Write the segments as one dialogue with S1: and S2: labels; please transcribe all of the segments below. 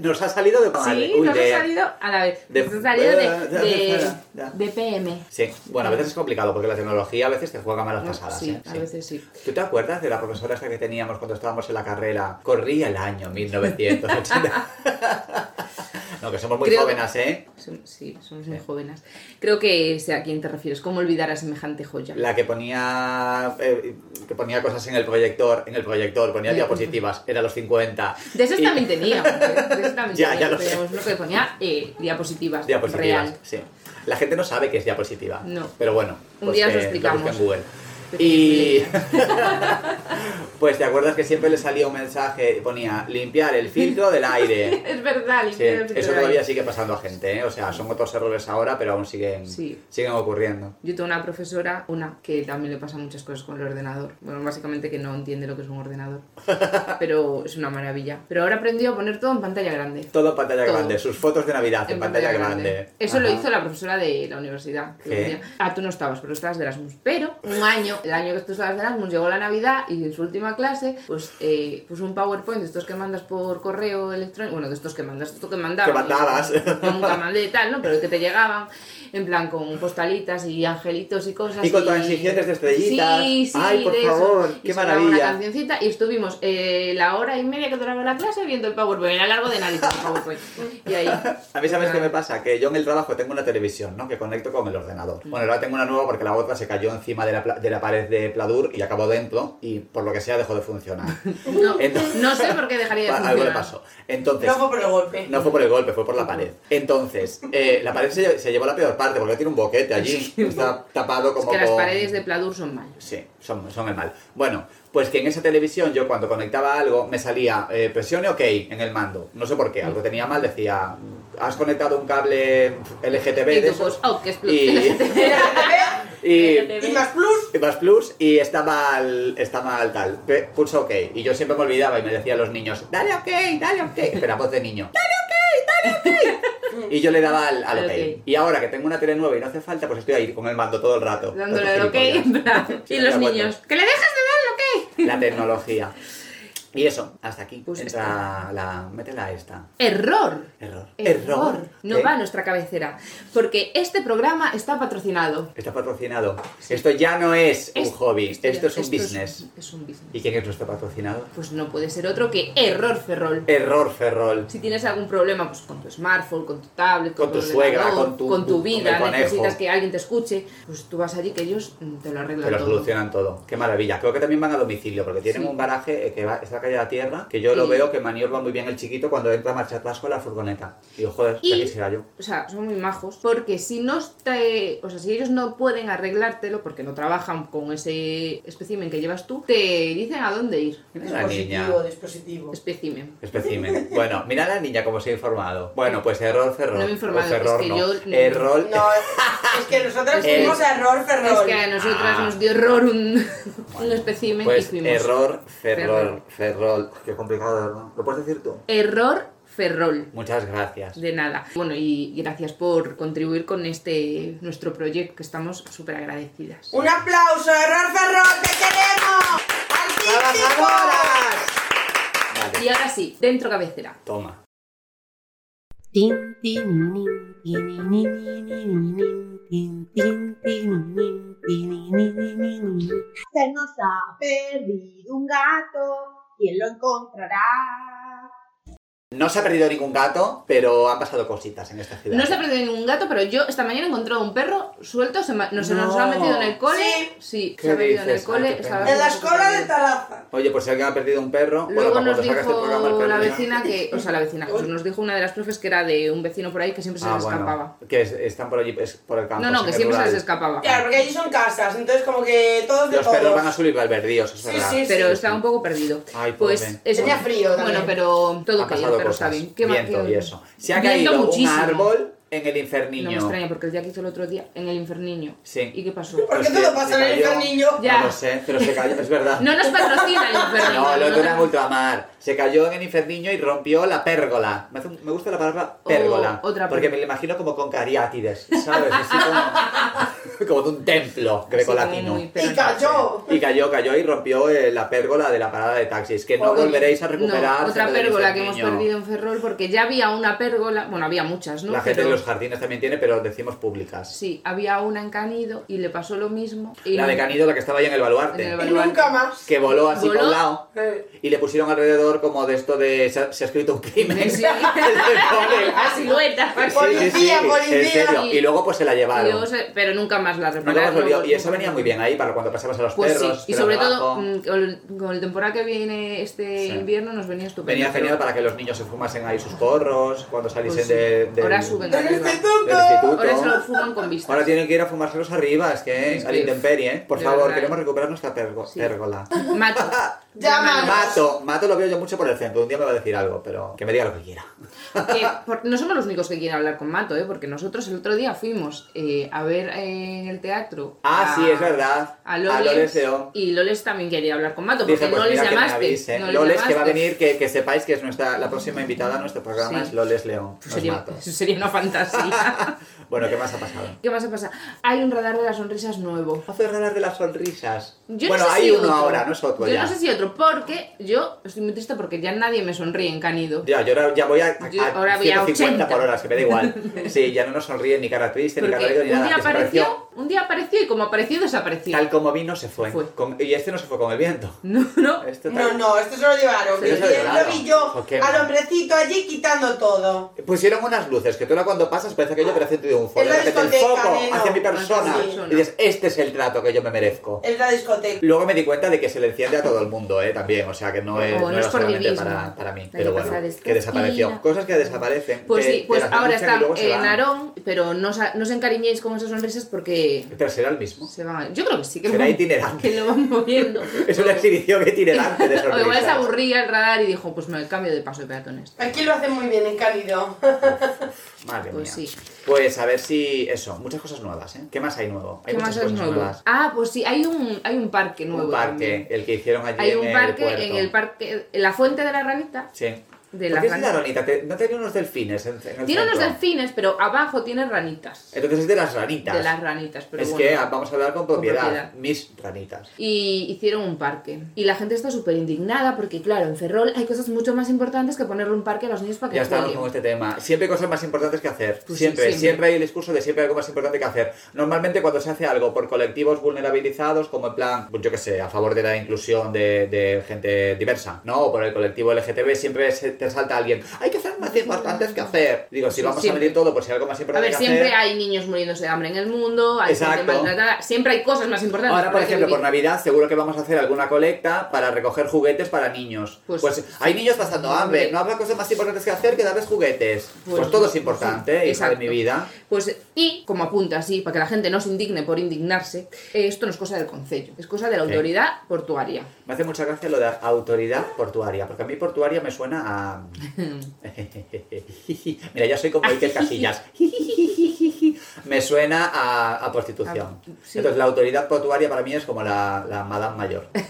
S1: Nos ha salido de
S2: Sí,
S1: madre. Uy,
S2: nos
S1: de-
S2: ha salido a la vez.
S1: de-
S2: nos ha salido de,
S3: de-
S2: de,
S3: de-
S2: de PM.
S1: Sí, bueno, a veces es complicado porque la tecnología a veces te juega malas pasadas.
S2: Ah, sí,
S1: ¿eh?
S2: a
S1: Sí.
S2: veces sí.
S1: ¿Tú te acuerdas de la profesora esta que teníamos cuando estábamos en la carrera? Corría el año 1980. no, que somos muy
S2: Creo-
S1: jóvenes, ¿eh?
S2: Son- sí, somos
S1: Sí.
S2: muy jóvenes. Creo que sé a quién te refieres. ¿Cómo olvidar a semejante joya?
S1: La que ponía eh, que ponía cosas en el proyector, en el proyector, ponía
S2: Sí.
S1: diapositivas, era los 50.
S2: De esos
S1: Y-
S2: también teníamos. ¿eh? De esos también
S1: Ya, ya lo
S2: teníamos. teníamos uno que ponía eh, diapositivas.
S1: Diapositivas,
S2: Real.
S1: sí. La gente no sabe que es diapositiva.
S2: No.
S1: Pero bueno, pues
S2: Un día os lo
S1: que
S2: explicamos.
S1: busque en Google.
S2: Pequeña
S1: Y. pues te acuerdas que siempre le salía un mensaje, ponía limpiar el filtro del aire.
S2: Es verdad,
S1: Sí,
S2: limpiar el filtro
S1: eso
S2: de
S1: todavía
S2: aire.
S1: sigue pasando a gente, ¿eh? O sea, son otros errores ahora, pero aún siguen,
S2: Sí.
S1: siguen ocurriendo.
S2: Yo tengo una profesora, una, que también le pasa muchas cosas con el ordenador. Bueno, básicamente que no entiende lo que es un ordenador. Pero es una maravilla. Pero ahora aprendió a poner todo en pantalla grande.
S1: Todo en pantalla
S2: Todo.
S1: grande, sus fotos de Navidad en, pantalla, grande.
S2: Eso lo
S1: Ajá.
S2: hizo la profesora de la universidad. que
S1: ¿Qué?
S2: decía, Ah, tú no estabas, pero estabas de Erasmus. Pero un año, el año que tú estabas de Erasmus, llegó la Navidad y en su última clase, pues eh, puso un PowerPoint de estos que mandas por correo electrónico. Bueno, de estos que mandas, de estos que mandaban.
S1: Que mandabas.
S2: Yo nunca mandé tal, ¿no? Pero que te llegaban. En plan, con postalitas y angelitos y cosas.
S1: Y con transiciones de estrellitas.
S2: Sí, sí,
S1: Ay, por
S2: de eso.
S1: favor,
S2: Y
S1: qué
S2: sonaba una
S1: maravilla.
S2: cancioncita y estuvimos eh, la hora y media que duraba la clase viendo el PowerPoint. Era largo de nadie el PowerPoint. Y ahí.
S1: A mí, ¿sabes
S2: Ah.
S1: qué me pasa? Que yo en el trabajo tengo una televisión, ¿no? Que conecto con el ordenador. Bueno, ahora tengo una nueva porque la otra se cayó encima de la, pla- de la pared de Pladur y acabó dentro y por lo que sea dejó de funcionar.
S2: No,
S1: Entonces-
S2: no sé por qué dejaría de
S1: Pa-
S2: funcionar.
S1: Algo le pasó. Entonces,
S4: No fue por el golpe.
S1: no fue por el golpe, fue por la pared. Entonces, eh, la pared se, lle- se llevó la peor parte porque tiene un boquete allí. Está tapado
S2: Es
S1: como
S2: que las
S1: con-
S2: paredes de Pladur son malas.
S1: Sí, son, son el mal. Bueno, pues que en esa televisión yo cuando conectaba algo me salía eh, presione OK en el mando. No sé por qué, algo tenía mal, decía, has conectado un cable LGTB
S2: Y
S1: de
S2: tú, pues,
S1: esos".
S2: oh, que es
S1: Y, y,
S4: y más plus.
S1: y más plus y está mal, está mal tal. Pe- Pulsa OK. Y yo siempre me olvidaba y me decía a los niños, dale OK, dale OK. Pero a voz de niño, dale OK, dale OK. Y yo le daba al, al
S2: Al
S1: OK.
S2: OK.
S1: Y ahora que tengo una tele nueva y no hace falta, pues estoy ahí con el mando todo el rato.
S2: Dándole el
S1: Tanto
S2: ok.
S1: gilipollas.
S2: en plan.
S1: Sí,
S2: Y
S1: me
S2: los
S1: da vueltas.
S2: niños, ¡que le dejas de dar el ok!
S1: la tecnología. Y eso, hasta aquí.
S2: Pues
S1: Entra la. Métela esta.
S2: ¡Error!
S1: Error. ¿eh?
S2: No
S1: ¿Qué?
S2: va a nuestra cabecera. Porque este programa está patrocinado.
S1: Está patrocinado. Esto ya no es un
S2: Es-
S1: hobby, esto,
S2: ya-
S1: es un business.
S2: Es, es un business.
S1: ¿Y quién es nuestro patrocinador?
S2: Pues no puede ser otro que Error Ferrol.
S1: Error Ferrol.
S2: Si tienes algún problema pues con tu smartphone, con tu tablet,
S1: Con tu
S2: ordenador,
S1: suegra, con tu- con
S2: vida,
S1: el conejo.
S2: necesitas que alguien te escuche, pues tú vas allí que ellos mm, te lo arreglan
S1: Te lo
S2: todo.
S1: solucionan todo. Qué maravilla. Creo que también van a domicilio, porque tienen
S2: Sí.
S1: un baraje eh, que va, está la calle de la tierra, que yo lo
S2: Y-
S1: veo que maniobra muy bien el chiquito cuando entra a marcha atrás con la furgoneta. Digo, joder,
S2: Y-
S1: ya quisiera yo.
S2: O sea, son muy majos, porque si no te, o sea, si ellos no pueden arreglártelo porque no trabajan con ese espécimen que llevas tú, te dicen a dónde ir.
S1: Mira la niña.
S4: Dispositivo, dispositivo.
S2: Espécimen.
S1: Especimen. Bueno, mira a la niña como se ha informado. Bueno, pues error, ferrol.
S2: No me he informado,
S1: O ferror,
S2: es que
S1: no.
S2: yo-
S1: Error,
S4: No, es, es que nosotros
S1: Es-
S4: fuimos a error
S2: Es
S4: ferrol.
S2: que a nosotras
S1: Ah.
S2: nos dio error un, un
S1: Bueno,
S2: espécimen y
S1: Pues
S2: fuimos.
S1: error, ferrol, ferrol.
S2: Ferrol.
S1: Qué complicado, ¿verdad? ¿Lo puedes decir tú?
S2: Error Ferrol.
S1: Muchas gracias.
S2: De nada. Bueno, y gracias por contribuir con este nuestro proyecto, que estamos súper agradecidas.
S4: Un aplauso, error ferrol, te queremos. ¡Artístico!
S1: Vale,
S2: Y ahora sí, dentro cabecera.
S1: toma.
S5: Tin, tininin, tinininin, tin, tin, tininin, tinininin.
S6: Se nos ha perdido un gato, ¿quién lo encontrará?
S1: No se ha perdido ningún gato, pero han pasado cositas en esta ciudad.
S2: No se ha perdido ningún gato, pero yo esta mañana he encontrado un perro suelto, se, ma- no, se nos
S1: No.
S2: ha metido en el cole. Sí,
S1: ¿Qué
S2: se ha metido en el
S1: dices? Ay,
S2: cole.
S1: qué
S2: estaba
S1: pena.
S4: En la
S2: haciendo
S4: escuela
S2: súper
S4: de
S2: bien.
S4: Talaza.
S1: Oye, por si alguien ha perdido un perro,
S2: Luego
S1: bueno, para
S2: nos
S1: cuando
S2: dijo
S1: salga este programa el perro
S2: la
S1: ya-
S2: vecina que, o sea, la vecina Jesús, nos dijo una de las profes que era de un vecino por ahí que siempre se
S1: Ah,
S2: les
S1: bueno,
S2: escapaba.
S1: que es- están por allí, es por el campo.
S2: No, no,
S1: sí,
S2: que
S1: es
S2: siempre se
S1: rural.
S2: les escapaba.
S4: Claro, porque allí son casas, entonces como que todos de
S1: Los
S4: todos.
S1: perros van a subir al verdío, eso es
S4: Sí,
S1: verdad.
S4: sí,
S2: Pero
S1: sí.
S2: estaba un poco perdido.
S1: Ay, pobre.
S2: pues eso.
S4: Tenía frío también.
S2: Bueno, pero todo
S1: Ha
S2: que el
S1: pasado
S2: perro está
S1: cosas.
S2: bien. ¿Qué más
S1: Viento
S2: que-
S1: y eso. Se ha
S2: Viento
S1: caído un
S2: muchísimo.
S1: árbol en el
S2: No me
S1: inferniño.
S2: extraña, porque el Jack hizo el otro día en el inferniño.
S1: Sí.
S2: ¿Y qué pasó?
S4: ¿Por qué
S1: Pues
S4: todo
S1: que
S4: pasa
S1: se
S4: en el
S1: cayó.
S4: niño?
S2: Ya.
S1: No lo sé, pero se cayó, es verdad.
S2: No nos patrocina el inferniño.
S1: No, lo
S2: no
S1: de una en
S2: nos-
S1: ultramar. Se cayó en el inferniño y rompió la pérgola. Me, hace- me gusta la palabra pérgola.
S2: Oh, otra
S1: porque
S2: pérgola.
S1: me lo imagino como con cariátides, ¿sabes? Así como, como de un templo
S2: Así como
S1: grecolatino.
S2: muy
S4: Y
S2: perro.
S4: cayó.
S1: Y cayó, cayó y rompió eh, la pérgola de la parada de taxis, que no
S4: Joder.
S1: volveréis a recuperar.
S2: No, otra
S1: cerca del
S2: pérgola que hemos
S1: Inferniño.
S2: perdido en Ferrol, porque ya había una pérgola, bueno, había muchas, ¿no?
S1: La gente
S2: Pero-
S1: de los jardines también tiene, pero decimos públicas.
S2: Sí, había una en Canido y le pasó lo mismo. Y
S1: La de Canido, la que estaba ahí en el baluarte.
S2: En el
S4: Y nunca más.
S1: Que voló así por
S2: Voló.
S1: un lado.
S4: Eh,
S1: Y le pusieron alrededor como de esto de... Se ha, se ha escrito un crimen.
S2: Sí.
S1: Se pone-
S2: La silueta.
S1: Ah, Sí, sí,
S4: Policía,
S1: sí,
S4: policía.
S1: En serio. Y luego pues se la
S2: Y
S1: llevaron.
S2: luego se- eh, pero nunca más la
S1: Nunca más
S2: repararon.
S1: volvió. Y eso venía muy bien ahí para cuando pasabas a los
S2: Pues sí,
S1: perros.
S2: y
S1: pero
S2: sobre
S1: abajo.
S2: todo mm, con el- con el temporal que viene este
S1: Sí.
S2: invierno nos venía estupendo.
S1: Venía
S2: pero-
S1: genial para que los niños se fumasen ahí sus corros, cuando saliesen
S2: Pues sí.
S1: de, del-
S2: Ahora suben
S1: del
S4: ¡Del
S2: arriba.
S4: instituto!
S1: instituto.
S2: Ahora se lo fuman con vista.
S1: Ahora tienen que ir a fumárselos arriba, es que
S2: Sí,
S1: al
S2: sí.
S1: intemperie, ¿eh? Por
S2: De
S1: favor,
S2: verdad.
S1: queremos recuperar nuestra pergo-
S2: Sí.
S1: pérgola.
S2: Macho.
S4: Llámanos.
S1: Mato, Mato lo veo yo mucho por el centro, un día me va a decir algo, pero que me diga lo que quiera.
S2: Que por- no somos los únicos que quieren hablar con Mato, ¿eh? porque nosotros el otro día fuimos eh, a ver eh, en el teatro.
S1: Ah,
S2: a-
S1: sí, es verdad.
S2: A
S1: Loles
S2: Loles.
S1: León.
S2: y Loles también quería hablar con Mato, porque
S1: Dije, pues
S2: no, les
S1: mira que me
S2: llamaste,
S1: avise.
S2: no les
S1: Loles que va a
S2: llamaste.
S1: venir, que, que sepáis que es nuestra, la próxima invitada a nuestro programa
S2: Sí.
S1: es Loles León.
S2: Pues
S1: no es
S2: sería,
S1: Mato.
S2: eso sería una fantasía.
S1: Bueno, ¿qué más ha pasado?
S2: ¿Qué más ha pasado? Hay un radar de las sonrisas nuevo.
S1: Hace raras de las sonrisas.
S2: Yo
S1: bueno,
S2: no sé
S1: hay
S2: si
S1: uno
S2: otro.
S1: ahora, no es otro
S2: Yo
S1: ya.
S2: no sé si otro, porque yo estoy muy triste porque ya nadie me sonríe en Canido.
S1: Ya, yo ahora ya voy a, a-
S2: Yo
S1: a
S2: ahora voy a
S1: 150 por
S2: 80.
S1: hora, que me da igual. Sí, ya no nos sonríe ni cara triste, ni cara
S2: Porque
S1: alegre,
S2: un
S1: ni nada.
S2: día
S1: desapareció.
S2: apareció, un día apareció y como apareció, desapareció.
S1: Tal como vino, se fue.
S2: Fue.
S1: Con- y este no se fue con el viento.
S2: No, no.
S1: Este
S4: No,
S1: tal-
S4: no, esto se lo llevaron.
S1: Sí, se lo
S4: Bien,
S1: llevaron.
S4: Lo vi yo
S1: Oh, qué
S4: al
S1: mal.
S4: hombrecito allí quitando todo.
S1: Pusieron unas luces que tú ahora cuando pasas parece que yo parece un fuego.
S4: Es la
S1: De repente el
S4: discoteca,
S1: foco
S4: neno.
S1: hacia mi persona.
S4: Hacia mi
S2: persona.
S1: Y dices, este es el trato que yo me merezco.
S4: Es la discoteca.
S1: Luego me di cuenta de que se le enciende a todo el mundo, ¿eh? También, o sea, que no, es,
S2: Oh,
S1: no
S2: no
S1: era
S2: es por
S1: solamente
S2: divismo.
S1: para, para mí.
S2: Hay
S1: Pero
S2: que
S1: bueno,
S2: pasar esta
S1: que desapareció.
S2: esquina.
S1: Cosas que desaparecen.
S2: Pues
S1: que-
S2: sí,
S1: que
S2: pues
S1: las
S2: ahora
S1: anuncian y
S2: está
S1: luego se
S2: en
S1: van.
S2: Narón, pero no, sa- no os encariñéis con esas sonrisas porque
S1: Pero será el mismo.
S2: se van. a- Yo creo que sí que,
S1: Será
S2: van-
S1: itinerante.
S2: que lo van moviendo.
S1: Es una exhibición itinerante de
S2: O
S1: sorpresas.
S2: igual se aburría el radar y dijo, pues me cambio de paso de peatones.
S4: Aquí lo hacen muy bien en Cálido.
S1: Madre
S2: Pues
S1: mía.
S2: sí.
S1: Pues a ver si... Eso, muchas cosas nuevas, ¿eh? ¿Qué más hay nuevo? Hay
S2: ¿Qué
S1: muchas
S2: más es
S1: cosas
S2: nuevo?
S1: nuevas.
S2: Ah, pues sí, hay un, hay un parque nuevo.
S1: un parque,
S2: también.
S1: el que hicieron allí
S2: Hay
S1: en
S2: un
S1: el
S2: parque
S1: puerto.
S2: en el parque, en la fuente de la ranita.
S1: Sí.
S2: De
S1: ¿Por
S2: la
S1: qué es de la
S2: ranita.
S1: ranita? Te- ¿No tenía unos delfines en, en el
S2: Tiene unos
S1: centro?
S2: delfines, pero abajo tiene ranitas.
S1: Entonces es de las ranitas.
S2: De las ranitas, pero
S1: es
S2: bueno.
S1: que ah, vamos a hablar con propiedad.
S2: propiedad.
S1: Mis ranitas.
S2: y hicieron un parque. Y la gente está súper indignada porque, claro, en Ferrol hay cosas mucho más importantes que ponerle un parque a los niños para que
S1: Ya estamos
S2: jueguen.
S1: con este tema. Siempre hay cosas más importantes que hacer.
S2: Pues sí,
S1: siempre, siempre,
S2: siempre.
S1: hay el discurso de siempre hay algo más importante que hacer. Normalmente cuando se hace algo por colectivos vulnerabilizados, como en plan, pues yo qué sé, a favor de la inclusión de, de gente diversa, ¿no? O por el colectivo LGTB, siempre se te salta alguien. Hay que hacer más importantes que hacer. Digo, si
S2: Sí,
S1: vamos a
S2: siempre.
S1: medir todo, pues si hay algo más
S2: A
S1: importante
S2: ver,
S1: que
S2: siempre
S1: hacer.
S2: hay niños muriéndose de hambre en el mundo, hay gente
S1: Exacto.
S2: maltratada, siempre hay cosas más importantes.
S1: Ahora, por
S2: Hay que
S1: ejemplo, por
S2: vivir.
S1: Navidad seguro que vamos a hacer alguna colecta para recoger juguetes para niños. Pues,
S2: Pues-
S1: hay niños pasando hambre, no habrá cosas más importantes que hacer que darles juguetes. Pues,
S2: Pues-
S1: todo es importante,
S2: sí,
S1: hija de
S2: exacto.
S1: mi vida.
S2: Pues, y como apunta así, para que la gente no se indigne por indignarse, eh, esto no es cosa del concello, es cosa de la
S1: Sí.
S2: autoridad portuaria.
S1: Me hace mucha gracia lo de autoridad portuaria, porque a mí portuaria me suena a... Mira, ya soy
S2: Ah,
S1: como Iker Casillas. me suena a, a prostitución.
S2: Ah, sí.
S1: Entonces, la autoridad portuaria para mí es como la, la madame mayor. Qué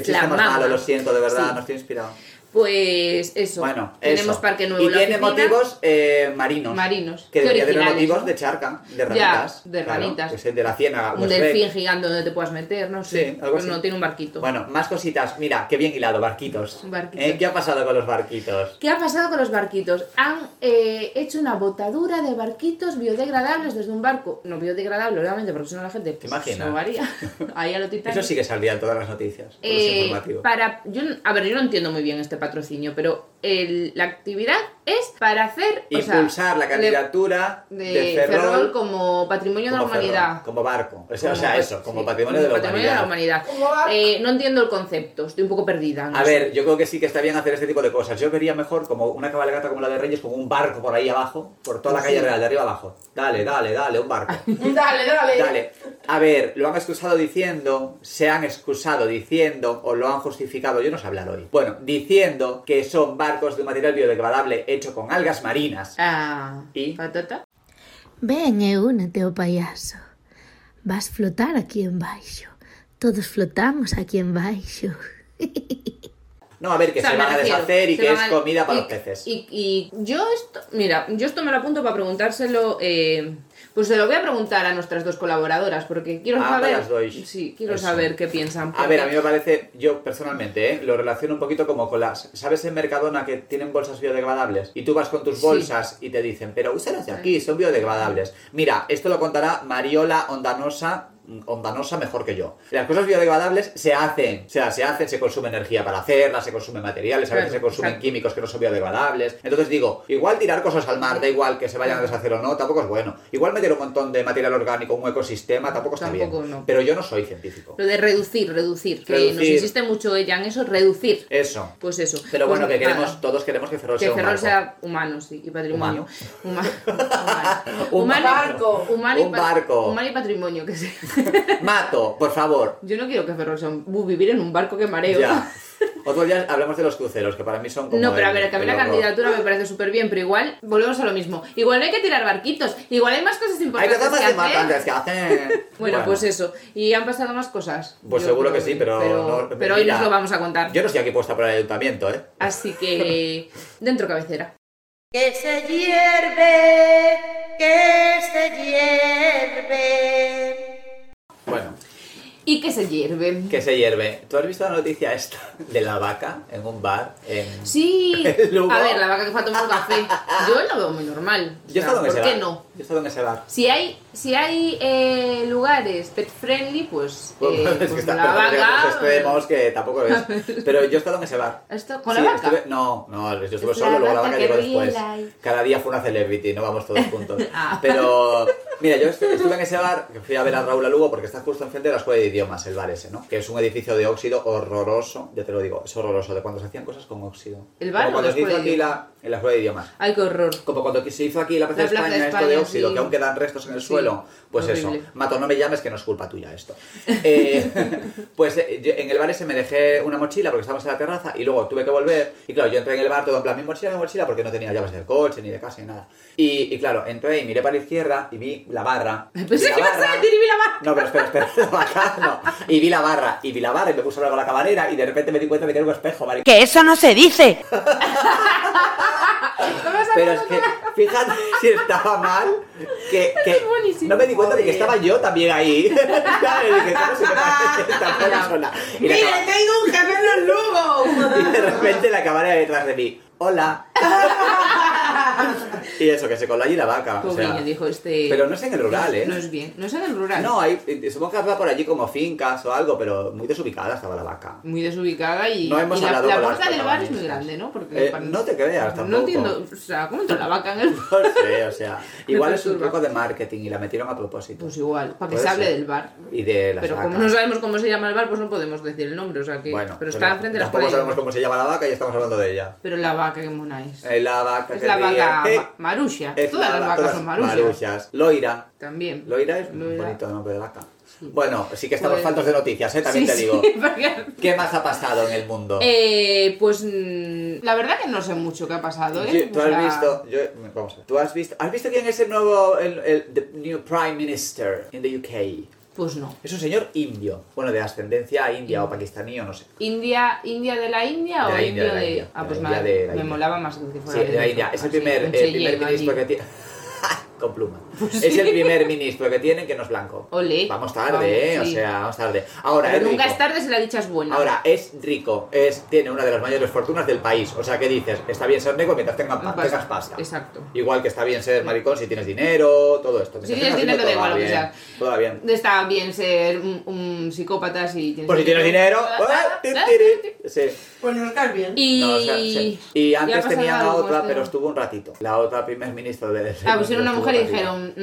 S2: Es
S1: chiste
S2: la
S1: más
S2: mama.
S1: malo, lo siento, de verdad,
S2: Sí.
S1: no estoy inspirado.
S2: Pues eso,
S1: Bueno,
S2: tenemos
S1: eso.
S2: parque nuevo.
S1: Y
S2: la
S1: tiene
S2: piscina,
S1: motivos eh, marinos.
S2: Marinos.
S1: Que
S2: Qué
S1: debería tener
S2: originales,
S1: motivos
S2: ¿no?
S1: de charca, de
S2: Ya,
S1: ranitas.
S2: de
S1: claro,
S2: ranitas.
S1: que es el de la ciénaga.
S2: Un
S1: pues,
S2: delfín
S1: Shrek.
S2: gigante donde te puedas meter, no
S1: Sí,
S2: sé.
S1: algo
S2: pues
S1: así.
S2: no, tiene un barquito.
S1: Bueno, más cositas. Mira, qué bien hilado, barquitos.
S2: Barquitos.
S1: ¿Eh? ¿Qué ha pasado con los barquitos?
S2: ¿Qué ha pasado con los barquitos? Han eh, hecho una botadura de barquitos biodegradables desde un barco. No biodegradable, obviamente, porque si no la gente pues,
S1: imaginas?
S2: se varía. Ahí a lo Titanic.
S1: Eso sí que saldría en todas las noticias. por los
S2: Eh,
S1: informativos.
S2: para, yo, no- a ver, yo no entiendo muy bien este patrocinio, pero el- la actividad es para hacer... o sea,
S1: Impulsar la candidatura
S2: de,
S1: de,
S2: de Ferrol, como patrimonio de la
S1: como Ferrol,
S2: humanidad.
S1: como barco. O sea,
S2: Como
S1: o sea,
S2: pat-
S1: eso, como
S2: sí,
S1: patrimonio, de, la
S2: patrimonio
S1: humanidad.
S4: Como barco.
S2: Eh, no entiendo el concepto, estoy un poco perdida. no
S1: A
S2: sé.
S1: ver, yo creo que sí que está bien hacer este tipo de cosas. Yo vería mejor como una cabalgata como la de Reyes, como un barco por ahí abajo, por toda la calle
S2: Sí.
S1: real, de arriba abajo. Dale, dale, dale, un barco.
S4: Dale, dale.
S1: Dale. A ver, lo han excusado diciendo, se han excusado diciendo, o lo han justificado, yo no sé hablar hoy. Bueno, diciendo que son barcos de un material biodegradable hecho con algas marinas.
S2: Ah,
S1: ¿Y?
S2: patata.
S3: Ven e únete ao payaso. Vas flotar aquí en baixo. Todos flotamos aquí en baixo.
S1: No, a ver, que
S2: O sea,
S1: se
S2: me
S1: van a
S2: refiero,
S1: deshacer y
S2: se
S1: que es
S2: van a-
S1: comida para
S2: y-
S1: los peces.
S2: Y, y yo esto, mira, yo esto me lo apunto para preguntárselo, eh, pues se lo voy a preguntar a nuestras dos colaboradoras, porque quiero
S1: Ah,
S2: saber,
S1: las dois.
S2: sí, quiero
S1: Eso.
S2: saber qué piensan.
S1: A ver, a
S2: porque-
S1: mí me parece, yo personalmente, ¿eh? lo relaciono un poquito como con las. ¿Sabes en Mercadona que tienen bolsas biodegradables? Y tú vas con tus
S2: Sí.
S1: bolsas y te dicen, pero úsalas de aquí, son biodegradables. Mira, esto lo contará Mariola Ondanosa. mm, Ondanosa mejor que yo. Las cosas biodegradables se hacen, o sea, se hacen, se consume energía para hacerlas, se consumen materiales, a veces
S2: Claro,
S1: se consumen
S2: exacto.
S1: químicos que no son biodegradables. Entonces digo, igual tirar cosas al mar, da igual que se vayan a deshacer o no, tampoco es bueno. Igual meter un montón de material orgánico en un ecosistema, tampoco está
S2: Tampoco
S1: bien.
S2: no.
S1: Pero yo no soy científico.
S2: Lo de reducir, reducir, que
S1: Reducir.
S2: nos insiste mucho ella en eso, reducir.
S1: Eso.
S2: Pues eso.
S1: Pero
S2: Pues
S1: bueno, que
S2: nada,
S1: queremos, todos queremos que Ferrol
S2: que
S1: sea un
S2: Ferrol
S1: barco.
S2: sea humano, sí, y patrimonio. Humano. Humano.
S1: Un
S2: Humano-
S4: barco.
S2: Humano y
S1: Un
S2: pat-
S1: barco.
S2: Humano y patrimonio, que sea.
S1: Mato, por favor.
S2: Yo no quiero que Ferrol sea un... uh, vivir en un barco que mareo.
S1: Ya. Otro día hablamos de los cruceros, que para mí son como.
S2: No, pero a
S1: el-
S2: ver, que a mí
S1: el
S2: la
S1: horror.
S2: candidatura me parece súper bien, pero igual volvemos a lo mismo. Igual no hay que tirar barquitos, igual hay más cosas
S1: Hay
S2: importantes
S1: cosas más
S2: que hacer.
S1: importantes que hacer.
S2: Bueno, pues eso. Y han pasado más cosas.
S1: Pues
S2: Yo
S1: seguro
S2: creo
S1: que sí, pero
S2: Pero,
S1: no-
S2: pero hoy
S1: mira,
S2: nos lo vamos a contar.
S1: Yo no estoy aquí puesta por el ayuntamiento, ¿eh?
S2: Así que dentro cabecera.
S4: Que se hierve, que se hierve.
S1: Bueno,
S2: Y que se hierve.
S1: que se hierve. ¿Tú has visto la noticia esta de la vaca en un bar? En...
S2: Sí.
S1: Luego-
S2: A ver, la vaca que fue a tomar un café. Yo lo veo muy normal.
S1: Yo he
S2: O sea,
S1: estado en
S2: ¿Por
S1: ese
S2: qué
S1: bar.
S2: no?
S1: Yo he estado en ese bar.
S2: Si hay, si hay eh, lugares pet friendly, pues, eh,
S1: es que
S2: pues
S1: está
S2: con la
S1: perdón, llegando a
S2: vaca. eh,
S1: los extremos que tampoco es. Pero yo he estado en ese bar.
S2: Esto- ¿Con
S1: Sí,
S2: la vaca?
S1: estuve- no, no, yo estuve
S2: Es
S1: solo,
S2: la
S1: luego la
S2: vaca
S1: vaca
S2: que
S1: llegó
S2: ríe
S1: después.
S2: la-
S1: Cada día fue una celebrity, no vamos todos juntos.
S2: Ah.
S1: Pero, mira, yo estu- estuve en ese bar, que fui a ver a Raúl Lugo porque está justo enfrente de la Escuela de Idiomas, el bar ese, ¿no? Que es un edificio de óxido horroroso, ya te lo digo, es horroroso, de cuando se hacían cosas con óxido.
S2: ¿El bar
S1: Como
S2: o
S1: cuando
S2: la
S1: se hizo
S2: Escuela de
S1: aquí la, en la Escuela de Idiomas.
S2: Ay, qué horror.
S1: Como cuando se hizo aquí la Plaza,
S2: La Plaza
S1: de, España, esto
S2: de
S1: de
S2: España,
S1: óxido,
S2: sí.
S1: que aún quedan restos en el
S2: Sí.
S1: suelo, pues
S2: Horrible.
S1: eso. Mato, no me llames que no es culpa tuya esto. Eh, pues eh, yo en el bar ese me dejé una mochila porque estábamos en la terraza y luego tuve que volver. Y claro, yo entré en el bar todo en plan, mi mochila, mi mochila, porque no tenía llaves del coche, ni de casa, ni nada. Y, y claro, entré y miré para la izquierda y vi la barra.
S2: Pensé
S1: Vi la
S2: que ibas
S1: barra.
S2: a decir y vi la vaca.
S1: No, pero espera, espera, la barra, no. Y vi la barra, y vi la barra, y me puse a hablar con la camarera, y de repente me di cuenta de que era un espejo, ¿vale?
S4: Que eso no se dice.
S2: Estabas
S1: Pero es
S2: hablando
S1: que, fíjate si estaba mal, que, que
S2: buenísimo.
S1: no me di cuenta de que estaba yo también ahí. Claro, dije, ¿cómo se me parece esta persona? Y, la
S4: Mira,
S1: cama-
S4: tengo un gemelo en Lugo.
S1: y de repente la cámara detrás de mí, hola. y eso, que se coló allí la vaca. o
S2: Pobre
S1: sea.
S2: niño, dijo este.
S1: pero no es en el rural, ¿eh?
S2: No es bien, no es en el rural.
S1: No, hay, eh, supongo que habrá por allí como fincas o algo, pero muy desubicada estaba la vaca.
S2: Muy desubicada y,
S1: No hemos
S2: y la,
S1: hablado
S2: la
S1: con las
S2: puerta del bar es muy
S1: protagonistas.
S2: grande, ¿no? Porque
S1: Eh,
S2: para-
S1: no te creas,
S2: No
S1: tampoco.
S2: entiendo, o sea, ¿cómo entra la vaca en el
S1: No sé, o sea, igual es un
S2: perturba.
S1: poco de marketing y la metieron a propósito.
S2: Pues igual, para que
S1: Puede
S2: se hable
S1: ser.
S2: del bar.
S1: Y de las
S2: Pero como
S1: vacas.
S2: no sabemos cómo se llama el bar, pues no podemos decir el nombre, o sea que.
S1: Bueno,
S2: pero está enfrente de la
S1: Tampoco
S2: escuela.
S1: sabemos cómo se llama la vaca y estamos hablando de ella.
S2: Pero la vaca, que mona es.
S1: Es la vaca
S2: es
S1: que
S2: la
S1: ríe.
S2: vaca
S1: Eh,
S2: ma- Marusha.
S1: es
S2: Todas
S1: la-
S2: las vacas
S1: todas
S2: son Marusha.
S1: marushas. Loira.
S2: También.
S1: Loira es un
S2: Loira.
S1: bonito nombre de vaca. Bueno, sí que estamos
S2: Pues-
S1: faltos de noticias, ¿eh? También
S2: Sí,
S1: te digo.
S2: sí, porque-
S1: ¿Qué más ha pasado en el mundo?
S2: Eh, pues mm, la verdad que no sé mucho qué ha pasado, ¿eh?
S1: Yo- Tú
S2: O
S1: has
S2: sea,
S1: visto, yo- vamos a ver. Tú has visto, ¿has visto quién es el nuevo, el, el- the new prime minister in the UK?
S2: Pues no.
S1: Es un señor indio, bueno, de ascendencia india o pakistaní o no sé.
S2: ¿India, India de la India
S1: De
S2: o
S1: la India,
S2: indio
S1: de la
S2: de.?
S1: India,
S2: Ah,
S1: de
S2: pues
S1: la
S2: me,
S1: India, de la
S2: me
S1: India.
S2: molaba más que
S1: Sí,
S2: fuera
S1: de la India. Es el
S2: Así,
S1: primer,
S2: un Pues
S1: eh, primer
S2: relleno allí.
S1: ministro que tiene. Con pluma. Es el primer ministro que tienen que no es blanco.
S2: Olé.
S1: Vamos tarde,
S2: Vamos,
S1: ¿eh?
S2: sí.
S1: O sea, vamos tarde. Ahora,
S2: Pero
S1: es
S2: nunca
S1: rico.
S2: es tarde si la dicha es buena.
S1: Ahora, es rico. Es, tiene una de las mayores fortunas del país. O sea, que dices, está bien ser negro mientras tenga-
S2: Un pas-
S1: tengas pasta.
S2: Exacto.
S1: Igual que está bien ser maricón si tienes dinero, todo esto.
S2: Si
S1: Mientras
S2: tienes
S1: tengas
S2: dinero, da igual
S1: todo
S2: lo que
S1: va
S2: sea.
S1: bien, Todo va bien.
S2: Está bien ser un, un psicópata si tienes
S1: Pues si tienes dinero... ¡ah! Tin, tiri. Sí.
S4: Pues nos caes bien.
S2: Y.
S1: No, o sea, sí.
S2: y
S1: Y
S2: ha
S1: antes
S2: pasado
S1: tenían a
S2: algo,
S1: otra,
S2: este.
S1: pero estuvo un ratito. La otra primer ministro de...
S2: Ah, pusieron una
S1: estuvo
S2: mujer y
S1: ratito.
S2: dijeron.